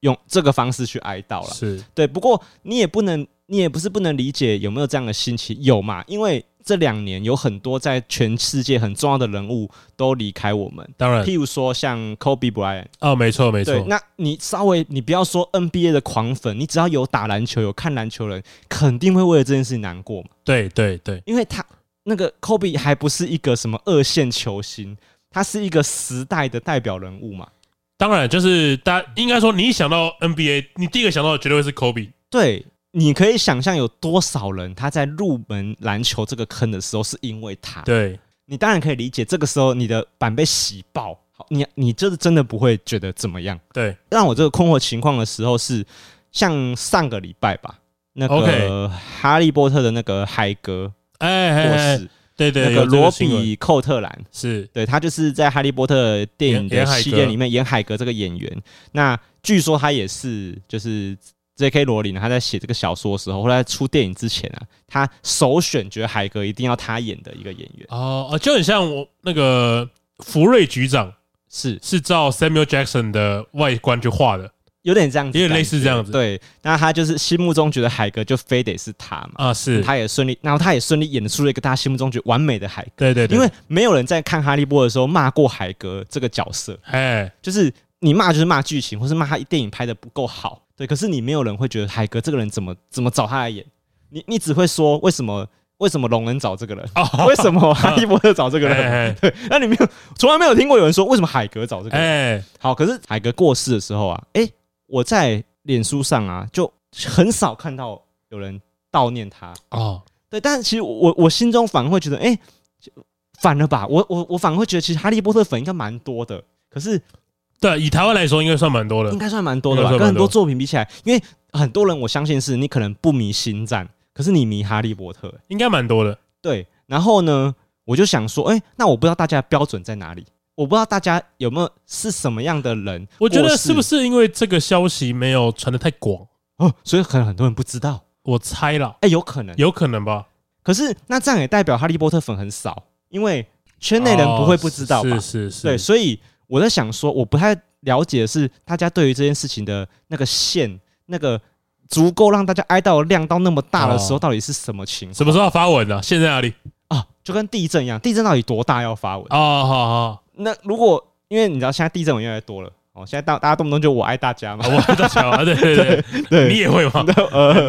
B: 用这个方式去哀悼了。
A: 是
B: 对，不过你也不能，你也不是不能理解有没有这样的心情，有嘛？因为这两年有很多在全世界很重要的人物都离开我们，
A: 当然
B: 譬如说像 Kobe Bryant，
A: 哦，没错嗯没错
B: 对，，那你稍微你不要说 NBA 的狂粉，你只要有打篮球、有看篮球人，肯定会为了这件事情难过嘛，
A: 对对对，
B: 因为他那个 Kobe 还不是一个什么二线球星，他是一个时代的代表人物嘛。
A: 当然就是大家应该说，你一想到 NBA，你第一个想到的绝对会是 Kobe，
B: 对，你可以想象有多少人他在入门篮球这个坑的时候是因为他。
A: 对，
B: 你当然可以理解，这个时候你的板被洗爆，好你你就是真的不会觉得怎么样。
A: 对，
B: 让我这个困惑情况的时候是，像上个礼拜吧，那个
A: OK
B: 哈利波特的那个海格
A: 哎哎
B: 博
A: 哎
B: 士，
A: 对对，
B: 那
A: 有
B: 个
A: 这
B: 罗
A: 新闻
B: 比寇特兰，
A: 是
B: 对他就是在《哈利波特》电影
A: 演
B: 的
A: 演海格
B: 系列里面演海格这个演员。那据说他也是就是 J.K. 罗琳啊他在写这个小说的时候，后来出电影之前啊，他首选觉得海格一定要他演的一个演员
A: 哦哦，就很像我那个福瑞局长
B: 是
A: 是照 Samuel Jackson 的外观去画的
B: 有点这样子感觉，
A: 有点类似这样子
B: 对，那他就是心目中觉得海格就非得是他嘛，
A: 啊，是，
B: 他也顺利，然后他也顺利演出了一个大家心目中觉得完美的海格。
A: 对对对，
B: 因为没有人在看《哈利波特》的时候骂过海格这个角色，
A: 哎，
B: 就是你骂就是骂剧情，或是骂他电影拍的不够好，对。可是你没有人会觉得海格这个人怎么怎么找他来演，你你只会说为什么为什么龙人找这个 人，
A: 哦
B: 为什么哈利波特找这个人？
A: 哎
B: 对，那你没有从来没有听过有人说为什么海格找这个人？
A: 哎，
B: 好，可是海格过世的时候啊，诶，我在脸书上啊就很少看到有人悼念他，
A: 哦，
B: 对，但其实我我我心中反而会觉得，哎、反了吧，我我我反而会觉得，其实哈利波特粉应该蛮多的，可是
A: 对，以台湾来说应该算蛮多的
B: 应，该算蛮多的吧，
A: 呃应该算
B: 跟很
A: 蛮多
B: 多作品比起来，因为很多人我相信是你可能不迷星战，可是你迷哈利波特、欸
A: 应该蛮多的，
B: 对，然后呢，我就想说，哎、那我不知道大家的标准在哪里，我不知道大家有没有是什么样的人过世，
A: 我觉得是不
B: 是
A: 是因为这个消息没有传的太广？
B: 哦，所以可能很多人不知道，
A: 我猜啦，
B: 哎、有可能，
A: 有可能吧。
B: 可是那这样也代表哈利波特粉很少，因为圈内人不会不知道吧？
A: 哦是是是，
B: 对，所以我在想说，我不太了解的是大家对于这件事情的那个线，那个足够让大家哀悼的量到那么大的时候，
A: 哦
B: 到底是什么情况？
A: 什么时候发文呢？现在哪里？
B: 啊？就跟地震一样，地震到底多大要发文？
A: 哦，好好，
B: 那如果因为你知道现在地震文越来越多了，哦，现在大大家动不动就我爱大家嘛，
A: 我大桥 啊，对对对，
B: 对，
A: 你也会吗？
B: 呃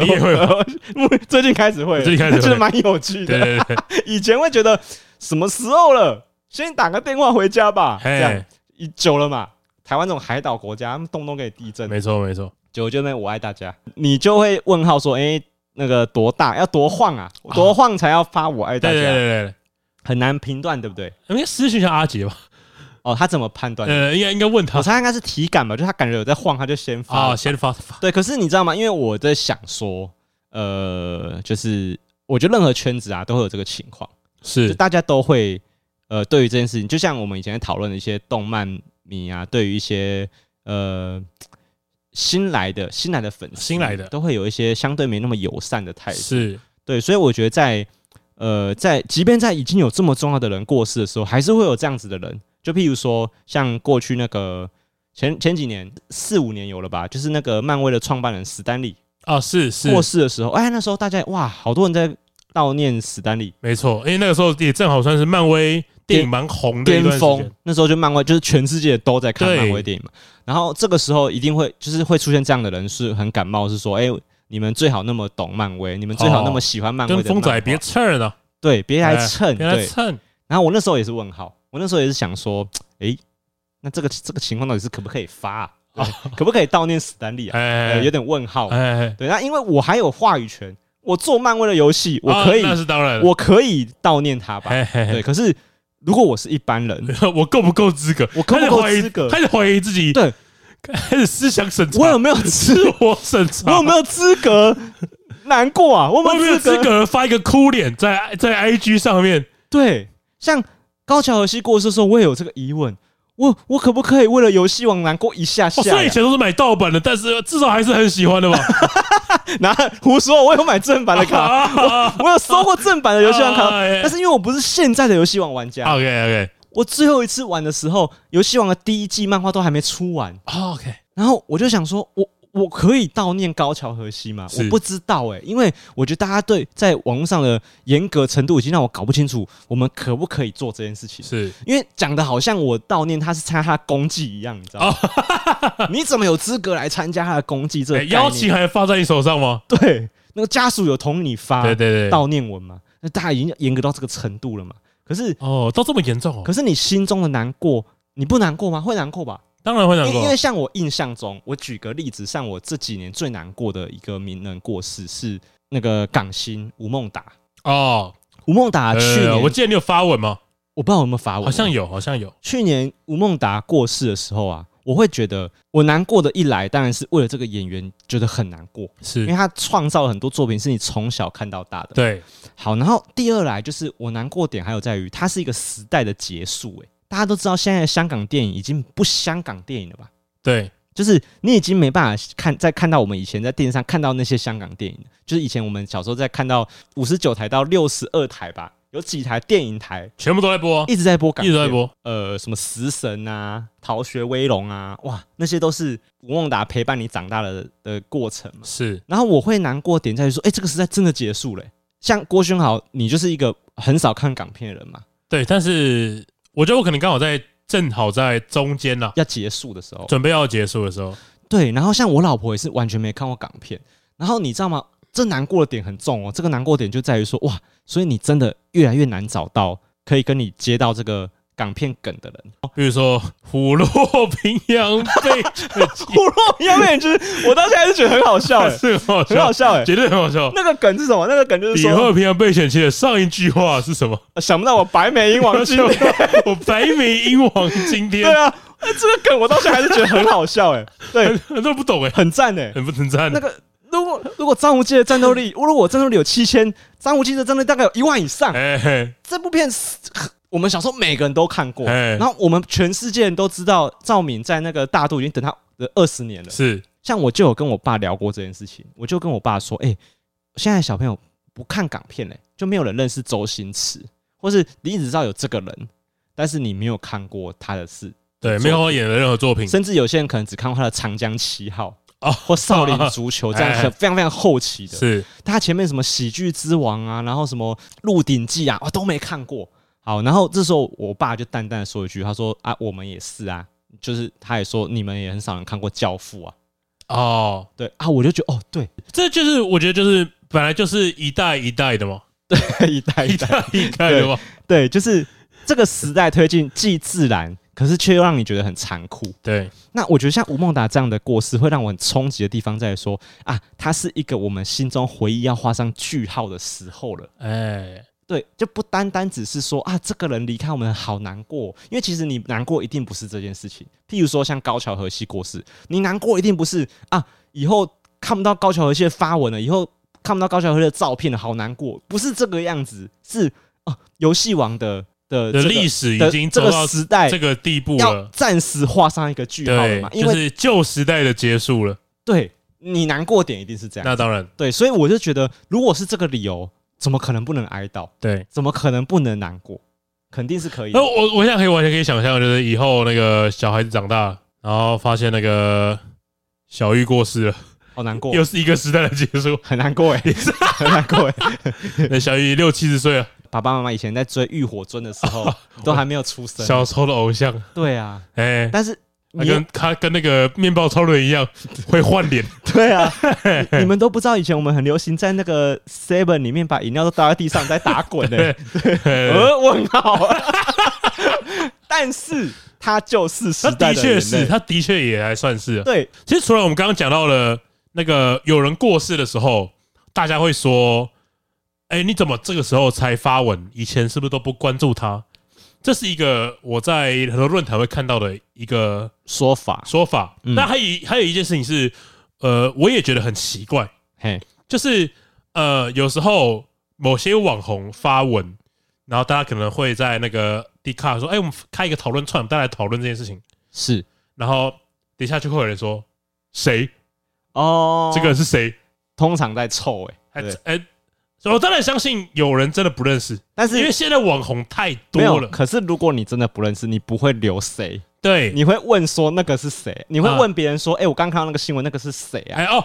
A: 你也会吗
B: 目最近开始会 了，
A: 最近 开始会
B: 觉得蛮有趣
A: 对
B: 的。
A: 对对，
B: 以前会觉得什么时候了，先打个电话回家吧， 这样
A: 嘿，
B: 一久了嘛。台湾这种海岛国家，他们动不动给你地震，
A: 哎没错没错，
B: 九就妹，我爱大家，你就会问号说，哎、那个多大要多晃啊，多晃才要发我爱大
A: 哦对
B: 家，
A: 对对对
B: 很难评断，对不对？
A: 对，应该私讯一下阿杰吧，
B: 哦，他怎么判断？
A: 呃，应该应该问他
B: 我猜应该是体感吧，就他感觉有在晃，他就先发。
A: 啊，先发发，
B: 对，可是你知道吗？因为我在想说，呃，就是我觉得任何圈子啊都会有这个情况，就是大家都会呃对于这件事情，就像我们以前在讨论的一些动漫迷啊，对于一些呃。新来的新来的粉丝，
A: 新来的
B: 都会有一些相对没那么友善的态度，
A: 是，
B: 对，所以我觉得在呃，在即便在已经有这么重要的人过世的时候，还是会有这样子的人。就譬如说，像过去那个前前几年四五年有了吧，就是那个漫威的创办人史丹利
A: 啊，是是，
B: 过世的时候，哎，那时候大家哇，好多人在悼念史丹利
A: 没错，因为那个时候也正好算是漫威电影蛮红的一
B: 巅
A: 段时
B: 峰
A: 间，。
B: 那时候就漫威，就是全世界都在看
A: 对
B: 漫威电影嘛。然后这个时候一定会就是会出现这样的人，是很感冒，是说，哎，你们最好那么懂漫威，你们最好那么喜欢漫威
A: 哦跟
B: 的漫画、
A: 风仔别蹭了，
B: 对，别来
A: 哎
B: 蹭，
A: 别来
B: 对。
A: 蹭，
B: 然后我那时候也是问号，我那时候也是想说，诶，那这个这个情况到底是可不可以发、 啊？对可不可以悼念史丹利啊？
A: 哦哎，
B: 呃有点问号。
A: 哎，
B: 对，那因为我还有话语权，我做漫威的游戏，我可以，
A: 啊那是哎当然，
B: 我可以悼念他吧？
A: 嘿嘿嘿
B: 对，可是如果我是一般人，
A: 我够不够资格？
B: 我够不够资格
A: 开始怀疑开始怀疑自己，
B: 对，
A: 开始思想审查，
B: 我有没有资，
A: 自 我审查，
B: 我有没有资格 难过啊？我
A: 我
B: 有
A: 有
B: 没
A: 没
B: 有
A: 有
B: 资
A: 资
B: 格？
A: 格发一个哭脸在在 IG 上面？
B: 对，像高桥和希过世的时候，我也有这个疑问，我我可不可以为了游戏王难过一下
A: 哦，
B: 下
A: 虽然以
B: 呀？
A: 前都是买盗版的，但是至少还是很喜欢 的吧？
B: 拿胡说，我有买正版的 卡，
A: 啊
B: 我有收过正版的游戏王卡，
A: 啊哎啊
B: 但是因为我不是现在的游戏王玩家，
A: ，OK OK
B: 我最后一次玩的时候，游戏王的第一季漫画都还没出完，
A: OK，
B: 然后我就想说，我我可以悼念高桥和希吗？
A: 是
B: 我不知道哎、因为我觉得大家对在网络上的严格程度已经让我搞不清楚，我们可不可以做这件事情？
A: 是
B: 因为讲的好像我悼念他是参加他的功绩一样，你知道吗？ 你怎么有资格来参加他的功绩？这个
A: 哦哎
B: 概念
A: 邀请函发在你手上吗？
B: 对那个家属有同你发
A: 对对对，
B: 悼念文嘛？那大家已经严格到这个程度了嘛？可是
A: 哦，到这么严重哦
B: 可，是你心中的难过，你不难过吗？会难过吧？
A: 当然会难
B: 因为
A: 过
B: 因为像我印象中，我举个例子，像我这几年最难过的一个名人过世是那个港星吴孟达。
A: 哦。
B: 吴孟达啊去年、
A: 呃，
B: 我
A: 我记得你有发文吗？
B: 我不知道有没有发文，啊
A: 好像有，好像有。
B: 去年吴孟达过世的时候啊，我会觉得我难过的一来，当然是为了这个演员觉得很难过，因为
A: 是，
B: 他创造了很多作品是你从小看到大的。
A: 对，
B: 好，然后第二来就是我难过点还有在于它是一个时代的结束、欸，大家都知道现在的香港电影已经不香港电影了吧？
A: 对，
B: 就是你已经没办法看再看到我们以前在电视上看到那些香港电影了，就是以前我们小时候在看到五十九台到六十二台吧，有几台电影台
A: 全部都在播，
B: 一直在播
A: 哦
B: 港，
A: 一直在，播。
B: 呃，什么食神啊、逃学威龙啊，哇，那些都是吴孟达陪伴你长大的的过程嘛。
A: 是，
B: 然后我会难过的点在于说，哎、这个时代真的结束了欸、像郭勋豪，你就是一个很少看港片的人嘛，
A: 对，但是我觉得我可能刚好在正好在中间啦，
B: 要结束的时候，
A: 准备要结束的时候，
B: 对，然后像我老婆也是完全没看过港片，然后你知道吗？这难过的点很重哦，这个难过点就在于说，哇，所以你真的越来越难找到可以跟你接到这个港片梗的人。
A: 比如说虎落平阳被
B: 虎落妖面就是我到现在就觉得很好笑哎，
A: 是很好
B: 很好
A: 笑，
B: 笑哎。
A: 绝对很好笑。
B: 那个梗是什么？那个梗就是
A: 比
B: 说，
A: 鹤平阳被选妻的上一句话是什么？
B: 呃想不到我白眉鹰王今天，
A: 我白眉鹰王今天
B: 对，啊，哎这个梗我到现在还是觉得很好笑哎，对，
A: 很多人不懂哎，
B: 很赞哎。
A: 很不能赞
B: 那。个如果如果张无忌的战斗力，如果我战斗力有七千，张无忌的战斗力大概有一万以上，
A: 哎嘿
B: 这部片是我们小时候每个人都看过，
A: 哎
B: 然后我们全世界人都知道赵敏在那个大都已经等他呃二十年了。
A: 是
B: 像我就有跟我爸聊过这件事情，我就跟我爸说，哎、现在小朋友不看港片嘞、就没有人认识周星驰，或是你只知道有这个人，但是你没有看过他的事，
A: 对，没有我演的任何作品
B: 甚至有些人可能只看过他的《长江七号》
A: 嗯哦
B: 或《少林足球》这样
A: 哎
B: 很非常非常后期的。
A: 是
B: 他前面什么《喜剧之王》啊，然后什么《鹿鼎记》啊，我都没看过。好，然后这时候我爸就淡淡的说一句，他说：“啊，我们也是啊，就是他也说你们也很少人看过《教父》啊。
A: 哦，”
B: 对啊，我就觉得哦，对，
A: 这就是我觉得就是本来就是一代一代的嘛，
B: 一代 一
A: 一
B: 代，
A: 代一代的嘛，
B: 对，就是这个时代推进既自然，可是却又让你觉得很残酷。
A: 对，
B: 那我觉得像吴孟达这样的过世，会让我很冲击的地方在于说啊，他是一个我们心中回忆要画上句号的时候了。
A: 哎，
B: 对，就不单单只是说啊，这个人离开我们好难过，哦因为其实你难过一定不是这件事情。譬如说像高桥和希过世，你难过一定不是啊，以后看不到高桥和希的发文了，以后看不到高桥和希的照片了，好难过，不是这个样子，是啊，游戏王的的
A: 的
B: 这个
A: 历史
B: 的
A: 已经
B: 这
A: 走
B: 个
A: 到
B: 时代
A: 这个地步
B: 要
A: 了，
B: 暂时画上一个句号了
A: 对
B: 嘛，，因
A: 就
B: 为、
A: 是旧时代的结束了。
B: 对你难过点一定是这样，
A: 那当然，
B: 对，所以我就觉得，如果是这个理由，怎么可能不能哀悼？
A: 对。
B: 怎么可能不能难过？肯定是可以的
A: 那。我我现在可以完全可以想象，就是以后那个小孩子长大，然后发现那个小玉过世了，
B: 好哦难过，
A: 又是一个时代的结束。
B: 很难过哎， 很难过哎。
A: 那小玉六七十岁了，
B: 爸爸妈妈以前在追《浴火尊》的时候，都还没有出生。
A: 哦小时候的偶像，
B: 对啊，
A: 哎、
B: 但是
A: 他
B: 你
A: 跟他跟那个面包超人一样，会换脸。
B: 对啊，你你们都不知道以前我们很流行在那个 Seven 里面把饮料都倒在地上在打滚的
A: 对，
B: 呃，问号。但是它就是 时
A: 他
B: 代
A: 的
B: 的
A: 确
B: 眼泪
A: 是，他的确也还算是。
B: 对
A: 其实除了我们刚刚讲到了那个有人过世的时候，大家会说：“哎、你怎么这个时候才发文？以前是不是都不关注他？”这是一个我在很多论坛会看到的一个
B: 说法，
A: 说法。
B: 嗯
A: 那还有一还有一件事情是，呃，我也觉得很奇怪，
B: 嘿，
A: 就是呃，有时候某些网红发文，然后大家可能会在那个 d 卡说：“哎、我们开一个讨论串，大家来讨论这件事情。
B: 是”
A: 然后底下就会有人说：“谁？
B: 哦，
A: 这个人是谁
B: 通常在凑哎、？”
A: 还
B: 对，
A: 哎，所以我当然相信有人真的不认识，
B: 但是
A: 因为现在网红太
B: 没有
A: 多了。
B: 可是如果你真的不认识，你不会留谁，
A: 对，
B: 你会问说那个是谁，你会
A: 啊
B: 问别人说，哎、我刚看到那个新闻，那个是谁啊？
A: 哎哦，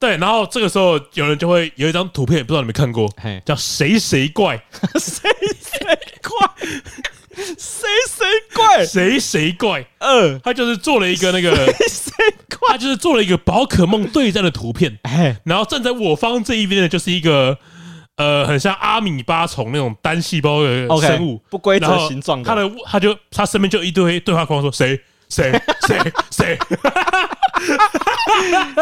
A: 对，然后这个时候有人就会有一张图片，不知道你们看过，
B: 嘿，
A: 叫“谁谁怪
B: 谁谁怪？谁谁 怪”，“？
A: 谁谁怪
B: 二”，
A: 他就是做了一个那个，
B: 谁
A: 他就是做了一个宝可梦对战的图片，
B: 哎，
A: 然后站在我方这一边的就是一个呃，很像阿米巴虫那种单细胞的
B: OK，
A: 生物，
B: 不规则
A: 然后
B: 形状的
A: 它的它就它身边就一堆对话框说谁谁 谁谁，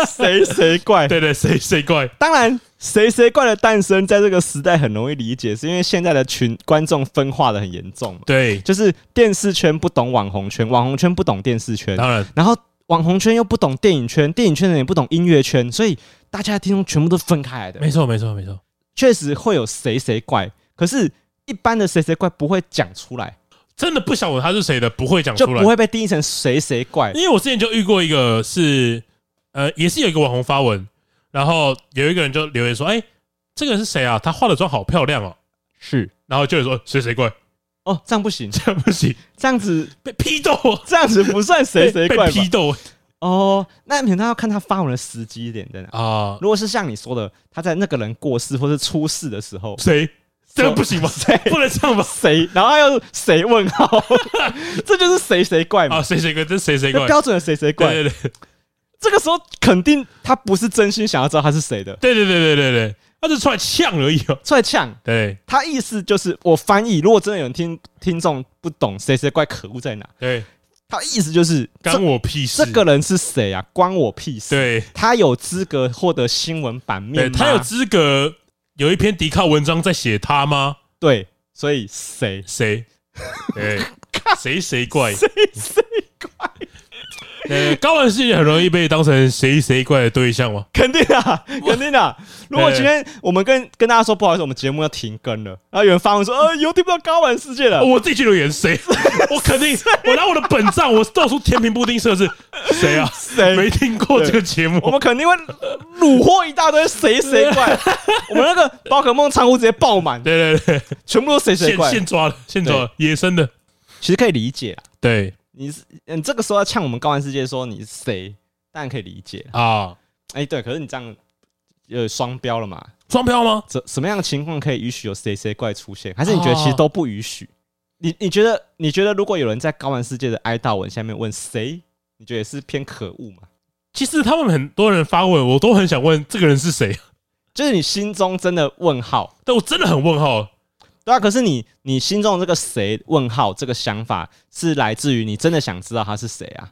B: 谁谁怪？
A: 对对谁谁怪，
B: 当然，谁谁怪的诞生在这个时代很容易理解，是因为现在的群观众分化的很严重嘛，
A: 对，
B: 就是电视圈不懂网红圈，网红圈不懂电视圈，
A: 当然
B: 然后网红圈又不懂电影圈，电影圈的人也不懂音乐圈，所以大家的听众全部都分开来的。
A: 没错没错没错，
B: 确实会有谁谁怪，可是一般的谁谁怪不会讲出来，
A: 真的不晓得他是谁的不会讲
B: 就
A: 出来
B: 不，会被定义成谁谁怪。
A: 因为我之前就遇过一个是，呃，也是有一个网红发文，然后有一个人就留言说：“哎、这个人是谁啊？他化的妆好漂亮哦。
B: 是”
A: 然后就有人说：“谁谁怪？
B: 哦，这样不行，
A: 这不行，
B: 这样子
A: 被批斗，
B: 这样子不算谁谁
A: 被
B: 怪
A: 被
B: 吧
A: 批？斗
B: 哦，那可能要看他发文的时机点在哪。
A: 啊！
B: 如果是像你说的，他在那个人过世或是出事 的时候，
A: 谁？这个不行吗？
B: 谁
A: 不能这样吧？
B: 谁，然后他又谁问号， 这就是谁谁怪嘛
A: 啊，，谁谁怪？这谁谁
B: 就
A: 怪？
B: 标准的谁谁怪。
A: 对对对
B: 这个时候肯定他不是真心想要知道他是谁的，
A: 对对对对对对，他就出来呛而已哦。
B: 出来呛。
A: 对
B: 他意思就是我翻译，如果真的有人听听众不懂谁谁怪可恶在哪，
A: 对，
B: 他意思就是
A: 干
B: 这
A: 我屁事！
B: 这个人是谁啊，关我屁事。
A: 对
B: 他有资格获得新闻版
A: 对，
B: 面吗
A: 他有资格有一篇迪卡文章在写他吗？
B: 对，所以谁
A: 谁？对，谁谁怪？
B: 谁谁怪，
A: 呃，高玩世界很容易被当成谁谁怪的对象嘛。
B: 肯定啊，肯定啊。如果今天我们跟跟大家说不好意思，我们节目要停更了，然后有人发文说呃，又听不到高玩世界了，
A: 哦我自己去留言 谁，我肯定我拿我的本账，我到处天平布丁设置谁啊？
B: 谁
A: 没听过这个节目
B: 我？们肯定会虏获一大堆谁谁怪，我们那个宝可梦仓库直接爆满，
A: 对对对，
B: 全部都谁谁
A: 现
B: 怪。
A: 现抓了，现抓了，野生的。
B: 其实可以理解啦，
A: 对
B: 你是你这个时候要呛我们高玩世界说你是谁，当然可以理解啦。
A: 啊，
B: 哎、对，可是你这样有双标了嘛？
A: 双标吗？
B: 怎什么样的情况可以允许有谁谁怪出现？还是你觉得
A: 哦
B: 其实都不允许？你你觉得你觉得如果有人在高玩世界的哀悼文下面问谁，你觉得也是偏可恶嘛？
A: 其实他们很多人发问，我都很想问这个人是谁，啊
B: 就是你心中真的问号，
A: 但我真的很问号。
B: 对啊，可是你你心中的这个谁问号这个想法是来自于你真的想知道他是谁啊？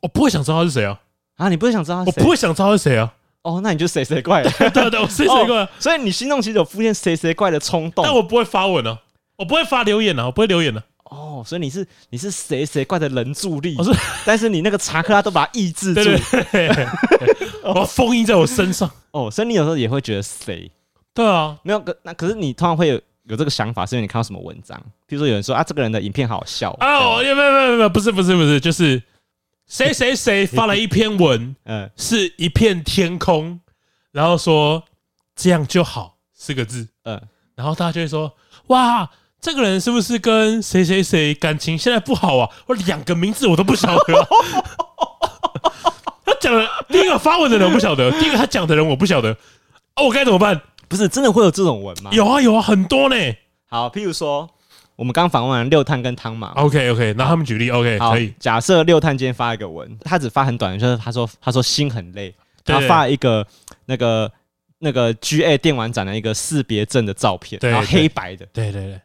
A: 我不会想知道他是谁啊，
B: 啊，你不是想知道他
A: 我
B: 是谁？
A: 不会想知道他是谁啊。
B: 哦，那你就谁谁怪了，
A: 对啊对对，我谁谁怪
B: 哦？所以你心中其实有出现谁谁怪的冲动。
A: 但我不会发文啊，我不会发留言啊，我不会留言的。
B: 哦，所以你是你是谁谁怪的人助力，
A: 我是
B: 但是你那个查克拉都把它抑制住。
A: 对对对， 我要封印在我身上。
B: 哦，所以你有时候也会觉得谁
A: 对啊，
B: 没有可那可是你通常会有有这个想法，是因为你看到什么文章，比如说有人说啊这个人的影片好好笑这
A: 啊，
B: 样
A: 我没有没有没有没有，不是不是不是，就是谁谁谁发了一篇文，
B: 嗯
A: 是一片天空，然后说这样就好四个字，
B: 嗯，
A: 然后大家就会说哇。这个人是不是跟谁谁谁感情现在不好啊？我两个名字我都不晓得、 他讲的第一个发文的人我不晓得，第一个他讲的人我不晓得。哦，我该怎么办？
B: 不是真的会有这种文吗？
A: 有啊有啊，很多呢。
B: 好，譬如说我们刚访问完六探跟汤马嘛，
A: OK OK，那他们举例 OK
B: 好
A: 可以，
B: 假设六探今天发一个文，他只发很短的，就是他说他说心很累，
A: 对
B: 他发一个那个那个 GA 电玩展的一个识别证的照片，
A: 对
B: 然后黑白的，
A: 对对对，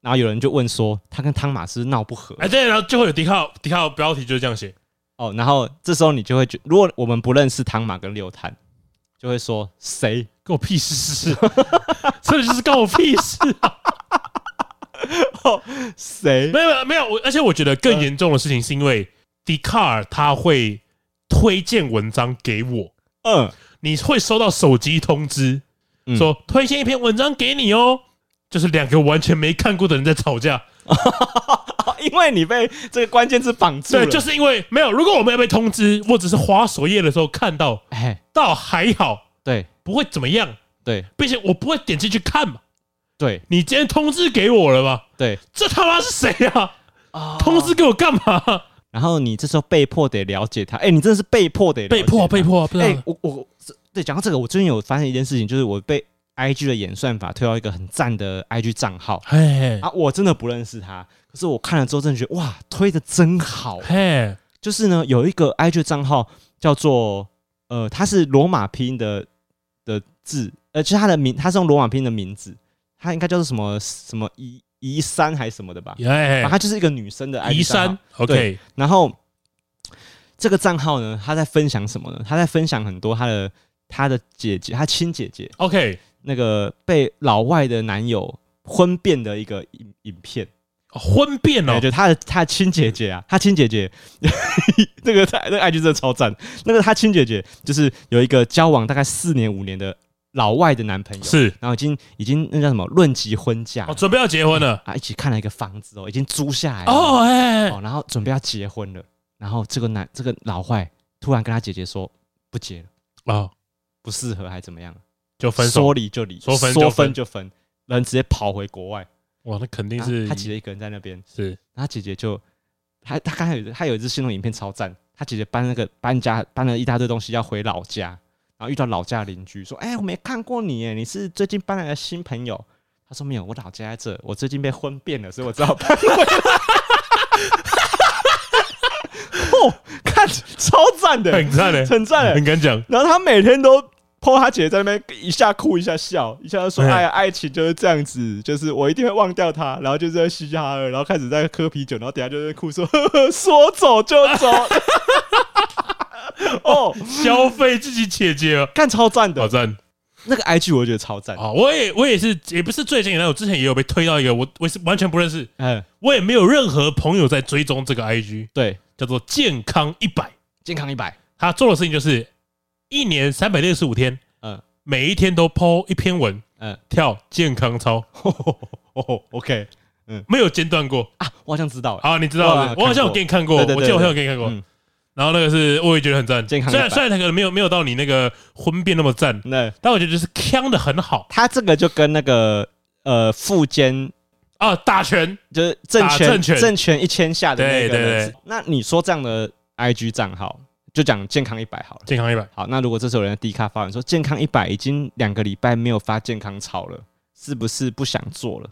B: 然后有人就问说他跟汤马是不是闹不和
A: 哎对，然后就会有迪卡迪卡标题就是这样写，
B: 哦，然后这时候你就会觉，如果我们不认识汤马跟六探，就会说谁？
A: 跟我屁事， 真的就是跟我屁 事。
B: 谁？
A: 没有没有没有，我而且我觉得更严重的事情是因为迪卡尔他会推荐文章给我，
B: 嗯，
A: 你会收到手机通知
B: 嗯
A: 说推荐一篇文章给你哦，就是两个完全没看过的人在吵架。
B: 哦因为你被这个关键字绑住了。
A: 对，就是因为没有。如果我没有被通知，我只是滑首页的时候看到，
B: 哎，
A: 倒还好，
B: 对
A: 不会怎么样，
B: 对
A: 并且我不会点进去看嘛。
B: 对
A: 你今天通知给我了吗？
B: 对
A: 这他妈是谁啊？
B: 啊
A: 通知给我干嘛？
B: 然后你这时候被迫得了解他，哎、你真的是被迫得了解
A: 被迫啊，
B: 他
A: 被。迫啊！不知
B: 哎、
A: 道
B: 我我这对讲到这个，我最近有发现一件事情，就是我被 IG 的演算法推到一个很赞的 IG 账号
A: 嘿
B: 啊，我真的不认识他，可是我看了之后真的觉得哇，推的真好。
A: 嘿，
B: 就是呢，有一个 IG 账号叫做呃，它是罗马拼音的的字，呃，就是它的名，它是用罗马拼音的名字，它应该叫做什么什么宜宜山还是什么的吧？
A: 哎
B: 啊，，它就是一个女生的 IG
A: 移
B: 账
A: 山
B: 号
A: ，OK，
B: 然后这个账号呢，他在分享什么呢？他在分享很多他的他的姐姐，他亲姐姐
A: OK，
B: 那个被老外的男友婚变的一个影影片。
A: 哦婚变
B: 对，
A: 哦，
B: 就他的他的亲姐姐啊，他亲姐姐， 那个他那个 IG 真的超赞。那个他亲姐姐就是有一个交往大概四年五年的老外的男朋友，
A: 是
B: 然后已经已经那叫什么论及婚嫁了
A: 哦，准备要结婚了
B: 啊，一起看了一个房子哦，已经租下来了
A: 哦，哎，
B: 哦，然后准备要结婚了，然后这个男这个老坏突然跟他姐姐说不结了，
A: 哦，
B: 不适合还怎么样，
A: 就分手
B: 说，离就离，
A: 说分就
B: 说
A: 分
B: 分就分，人直接跑回国外，
A: 哇，那肯定
B: 然后
A: 是
B: 他姐姐一个人在那边，
A: 是
B: 然后他姐姐就他他刚才有他有一支新动影片超赞，他姐姐搬那个搬家搬了一大堆东西要回老家，然后遇到老家邻居说，哎、我没看过你耶，你是最近搬来的新朋友。他说没有，我老家在这，我最近被婚变了，所以我只好搬回来。 哦，看超赞的，
A: 很赞欸嘞，
B: 很赞 的
A: 很。敢讲，
B: 然后他每天都 po 他姐在那边一下哭一下笑，一下就说：“
A: 嗯
B: 哎呀，爱情就是这样子，就是我一定会忘掉他。”然后就是在嘻嘻哈哈，然后开始在喝啤酒，然后等下就在哭说：“ 呵呵，说走就走。” 哦，
A: 消费自己姐姐哦，
B: 看超赞
A: 好
B: 的，
A: 赞
B: 那个 IG 我觉得超赞。
A: 啊！我也我也是，也不是最近，但我之前也有被推到一个，我我是完全不认识，
B: 嗯，
A: 我也没有任何朋友在追踪这个 IG，
B: 对，
A: 叫做健康一百。
B: 健康一百，
A: 他做的事情就是一年三百六十五天，
B: 嗯
A: 每一天都 PO 一篇文，
B: 嗯
A: 跳健康操，
B: 哦，OK
A: 没有间断过。
B: 啊，我好像知道了，
A: 啊，你知道
B: 哇
A: 的，我好像有给你看过，我
B: 看过
A: 记得我好像有给你看过
B: 嗯。
A: 然后那个是我也觉得很赞，虽
B: 健康
A: 然
B: 100
A: 虽然他可能没有没有到你那个婚变那么赞，
B: 那
A: 但我觉得就是腔的很好
B: 他这个就跟那个呃富坚
A: 啊，打拳
B: 就是政
A: 打
B: 权
A: 政权
B: 一千下的那
A: 对
B: 个
A: 对
B: 人
A: 对
B: 是那你说这样的 IG 账号，就讲健康一百好了。
A: 健康一百，
B: 好，那如果这时候有人在 D 卡发文说健康一百已经两个礼拜没有发健康操了，是不是不想做了？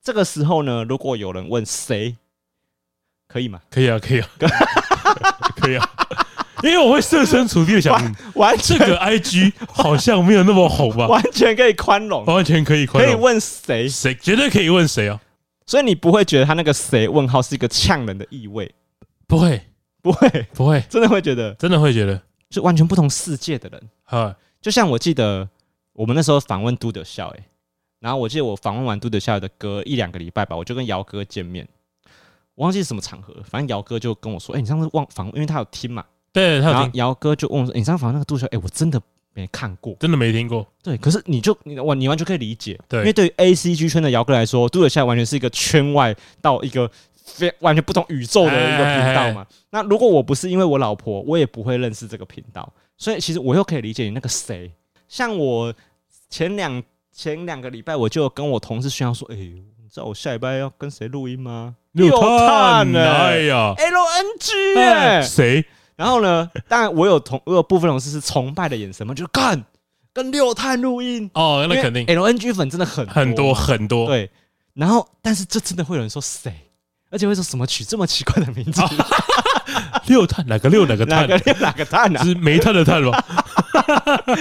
B: 这个时候呢，如果有人问谁，可以吗？
A: 可以啊，可以啊， 可以啊，因为我会设身处地的想，嗯
B: 完
A: 这
B: 全
A: 个 IG 好像没有那么红吧，
B: 完全可以宽容，
A: 完全可以哦宽
B: 可以
A: 容，
B: 问谁，
A: 谁绝对可以问谁啊？
B: 所以你不会觉得他那个谁问号是一个呛人的意味，
A: 不会，
B: 不会，
A: 不会，
B: 真的会觉得
A: 真的会觉得
B: 是完全不同世界的人。
A: 啊，
B: 就像我记得我们那时候访问都德笑哎、然后我记得我访问完都德笑的歌一两个礼拜吧，我就跟姚哥见面，我忘记是什么场合，反正姚哥就跟我说，哎、你上次忘访问，因为他有听嘛，
A: 对，他
B: 然
A: 有
B: 后
A: 听，
B: 姚哥就问我说，欸你上次访问那个杜笑，哎、我真的没看过，
A: 真的没听过，
B: 对，可是你就你我你完全可以理解，
A: 对
B: 因为对于 A C G 圈的姚哥来说，杜德夏完全是一个圈外到一个非完全不同宇宙的一
A: 哎
B: 个频道嘛。那如果我不是因为我老婆，我也不会认识这个频道，所以其实我又可以理解你那个谁，像我前两前两个礼拜我就跟我同事炫耀说，哎、你知道我下礼拜要跟谁录音吗？
A: 探
B: 呢、
A: 哎呀，
B: l N G
A: 哎
B: 哎、
A: 谁？
B: 然后呢，当然我有同我有部分同事是崇拜的眼神嘛，就是干跟六探录音。
A: 哦，那肯定
B: LNG 粉真的很
A: 很多很多。
B: 对，然后但是这真的会有人说谁，而且会说什么取这么奇怪 的名字，
A: 啊六碳哪个六哪个
B: 哪
A: 碳？
B: 个六哪个碳啊？
A: 是煤炭的炭 吗？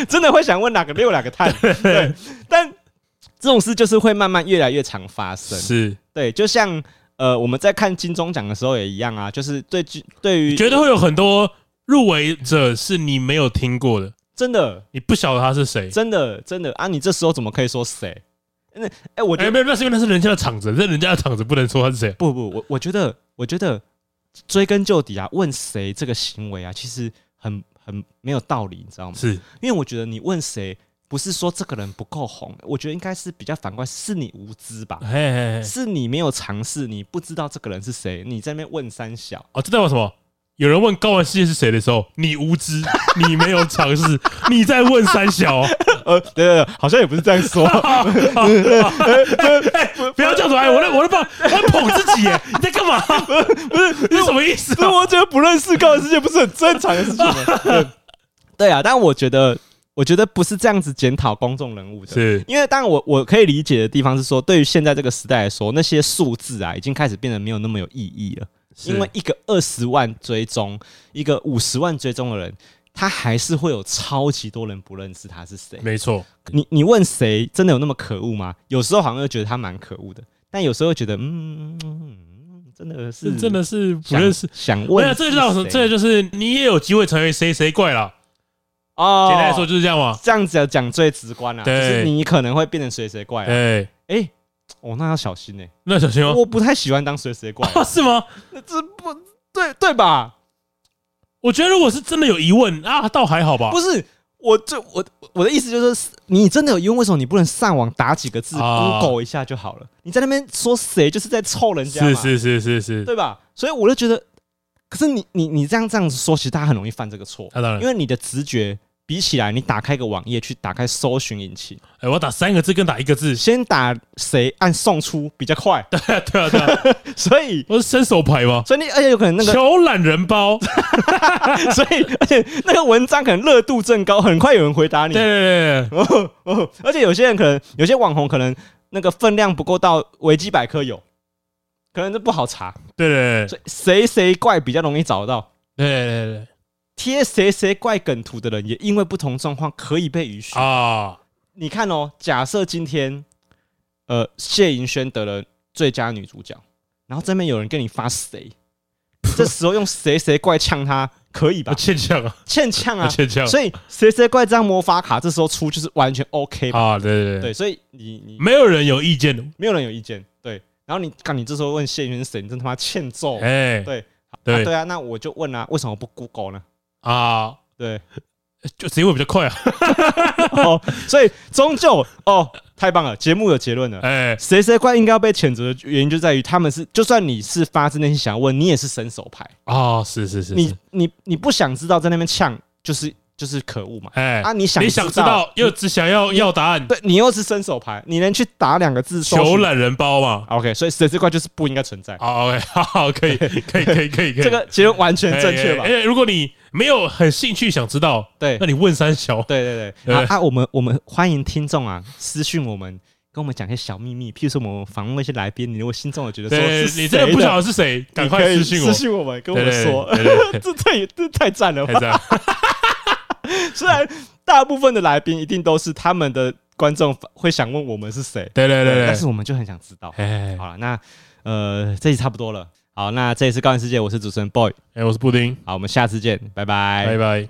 B: 真的会想问哪个六哪个 碳？对，但这种事就是会慢慢越来越常发生。
A: 是，
B: 对，就像呃我们在看金钟奖的时候也一样啊，就是对剧对于
A: 绝对会有很多入围者是你没有听过的，
B: 真的
A: 你不晓得他是谁。
B: 真的真的啊，你这时候怎么可以说谁？那哎，我觉
A: 哎，
B: 得
A: 没有，那是因为那是人家的场子，那人家的场子不能说他是谁。
B: 不不，我我觉得，我觉得追根究底啊，问谁这个行为啊，其实很很没有道理，你知道吗？
A: 是
B: 因为我觉得你问谁，不是说这个人不够红，我觉得应该是比较反观是你无知吧，
A: 嘿嘿嘿，
B: 是你没有尝试，你不知道这个人是谁，你在那边问三小，
A: 哦，这代表什么？有人问高玩世界是谁的时候，你无知，你没有尝试，你在问三小，哦
B: 呃，对对对，好像也不是这样说，
A: 不要叫出哎来，我在我在帮，我在 捧自己耶，你在 干嘛？不是，你什么意思啊
B: 所以？我觉得不认识高人世界不是很正常的事情吗？ 对对啊，但我觉得，我觉得不是这样子检讨公众人物 的。
A: 是
B: 因为当然我我可以理解的地方是说，对于现在这个时代来说，那些数字啊，已经开始变得没有那么有意义了。
A: 是
B: 因为一个二十万追踪，一个五十万追踪的人，他还是会有超级多人不认识他是谁。
A: 没错，
B: 你你问谁真的有那么可恶吗？有时候好像又觉得他蛮可恶的，但有时候又觉得嗯，嗯真的是
A: 是真的是不
B: 想
A: 认识。
B: 想
A: 没
B: 问
A: 有，
B: 是谁，
A: 这就叫什么？这就是你也有机会成为谁谁怪啦。
B: 哦，
A: 简单来说就是这样嘛。
B: 这样子讲最直观啦、
A: 对
B: 就是你可能会变成水水怪、啊。
A: 哎，
B: 哎、哦，那要小心哎、
A: 那小 心哦。
B: 我不太喜欢当水水怪、
A: 啊，是吗？
B: 这不对对吧？
A: 我觉得如果是真的有疑问啊，倒还好吧。
B: 不是，我就我我的意思就是，你真的有疑问，为什么你不能上网打几个字、
A: 啊
B: Google 一下就好了？你在那边说谁，就是在凑人家嘛，
A: 是是是是是，
B: 对吧？所以我就觉得，可是你你你这样这样子说，其实大家很容易犯这个错，
A: 那当然
B: 因。为你的直觉。比起来，你打开个网页去打开搜寻引擎，
A: 哎，我打三个字跟打一个字，
B: 先打谁按送出比较快，
A: 对啊对啊对 啊，
B: 所以
A: 我是伸手牌吗？
B: 所以你而且有可 能那个，
A: 求懒人包，
B: 所以而且那个文章可能热度正高，很快有人回答你
A: 对。对对对，
B: 哦哦，而且有些人可能有些网红可能那个分量不够到维基百科有，可能这不好查，
A: 对对对
B: 所以谁谁怪比较容易找到。
A: 对对
B: 贴谁谁怪梗图的人，也因为不同状况可以被允许
A: 对。啊，
B: 你看哦，假设今天呃谢盈萱得了最佳女主角，然后这边有人跟你发谁，这时候用谁谁怪呛他，可以 吧
A: 我？欠呛啊，
B: 欠呛
A: 我
B: 啊！
A: 欠呛
B: 所以谁谁怪这张魔法卡这时候出就是完全 OK 吧？
A: 啊，对对
B: 对，
A: 对，
B: 所以你你
A: 没有人有意见，
B: 没有人有意见，对。然后你看你这时候问谢云谁，你真他妈欠揍。
A: 哎，
B: 对啊
A: 对
B: 对啊，那我就问啊，为什么不 Google 呢？
A: 啊，
B: 对，
A: 就谁会比较快啊？
B: 哦，所以终究哦，太棒了，节目有结论了。
A: 哎，
B: 谁谁怪应该要被谴责的原因就在于他们是，就算你是发自内心想要问，你也是伸手牌，
A: 啊，是是是，
B: 你
A: 是
B: 你你不想知道在那边呛，就是就是可恶嘛。
A: 哎
B: 啊，你想
A: 你想知道又只想要要答案，
B: 对你又是伸手牌，你能去打两个字搜寻
A: 求懒人包嘛？
B: ？OK，所以谁谁怪就是不应该存在，
A: 好，OK，好 好，可以，可以，可以，可以，可以，
B: 这个结论完全
A: 哎
B: 正确吧
A: 哎？哎如果你没有很兴趣想知道，
B: 对
A: 那，你问三小，
B: 对对对，
A: 对
B: 啊啊，我们我们欢迎听众啊，私讯我们，跟我们讲一些小秘密，譬如说我们访问一些来宾，你如果心中有觉得说
A: 对
B: 是
A: 你
B: 谁
A: 真的不晓
B: 的，
A: 得是谁，赶
B: 你
A: 快
B: 可以
A: 私信我
B: 私，信我们，跟我
A: 对对
B: 们说，
A: 对对对
B: 这太这太赞了
A: 太
B: 吧！
A: 赞了，
B: 虽然大部分的来宾一定都是他们的观众会想问我们是谁，
A: 对对对对
B: 但是，我们就很想知道。
A: 哎
B: 好了，那呃，这集差不多了。好，那这一次高玩世界，我是主持人 boy，
A: 哎，我是布丁，
B: 好，我们下次见，拜拜
A: 拜拜。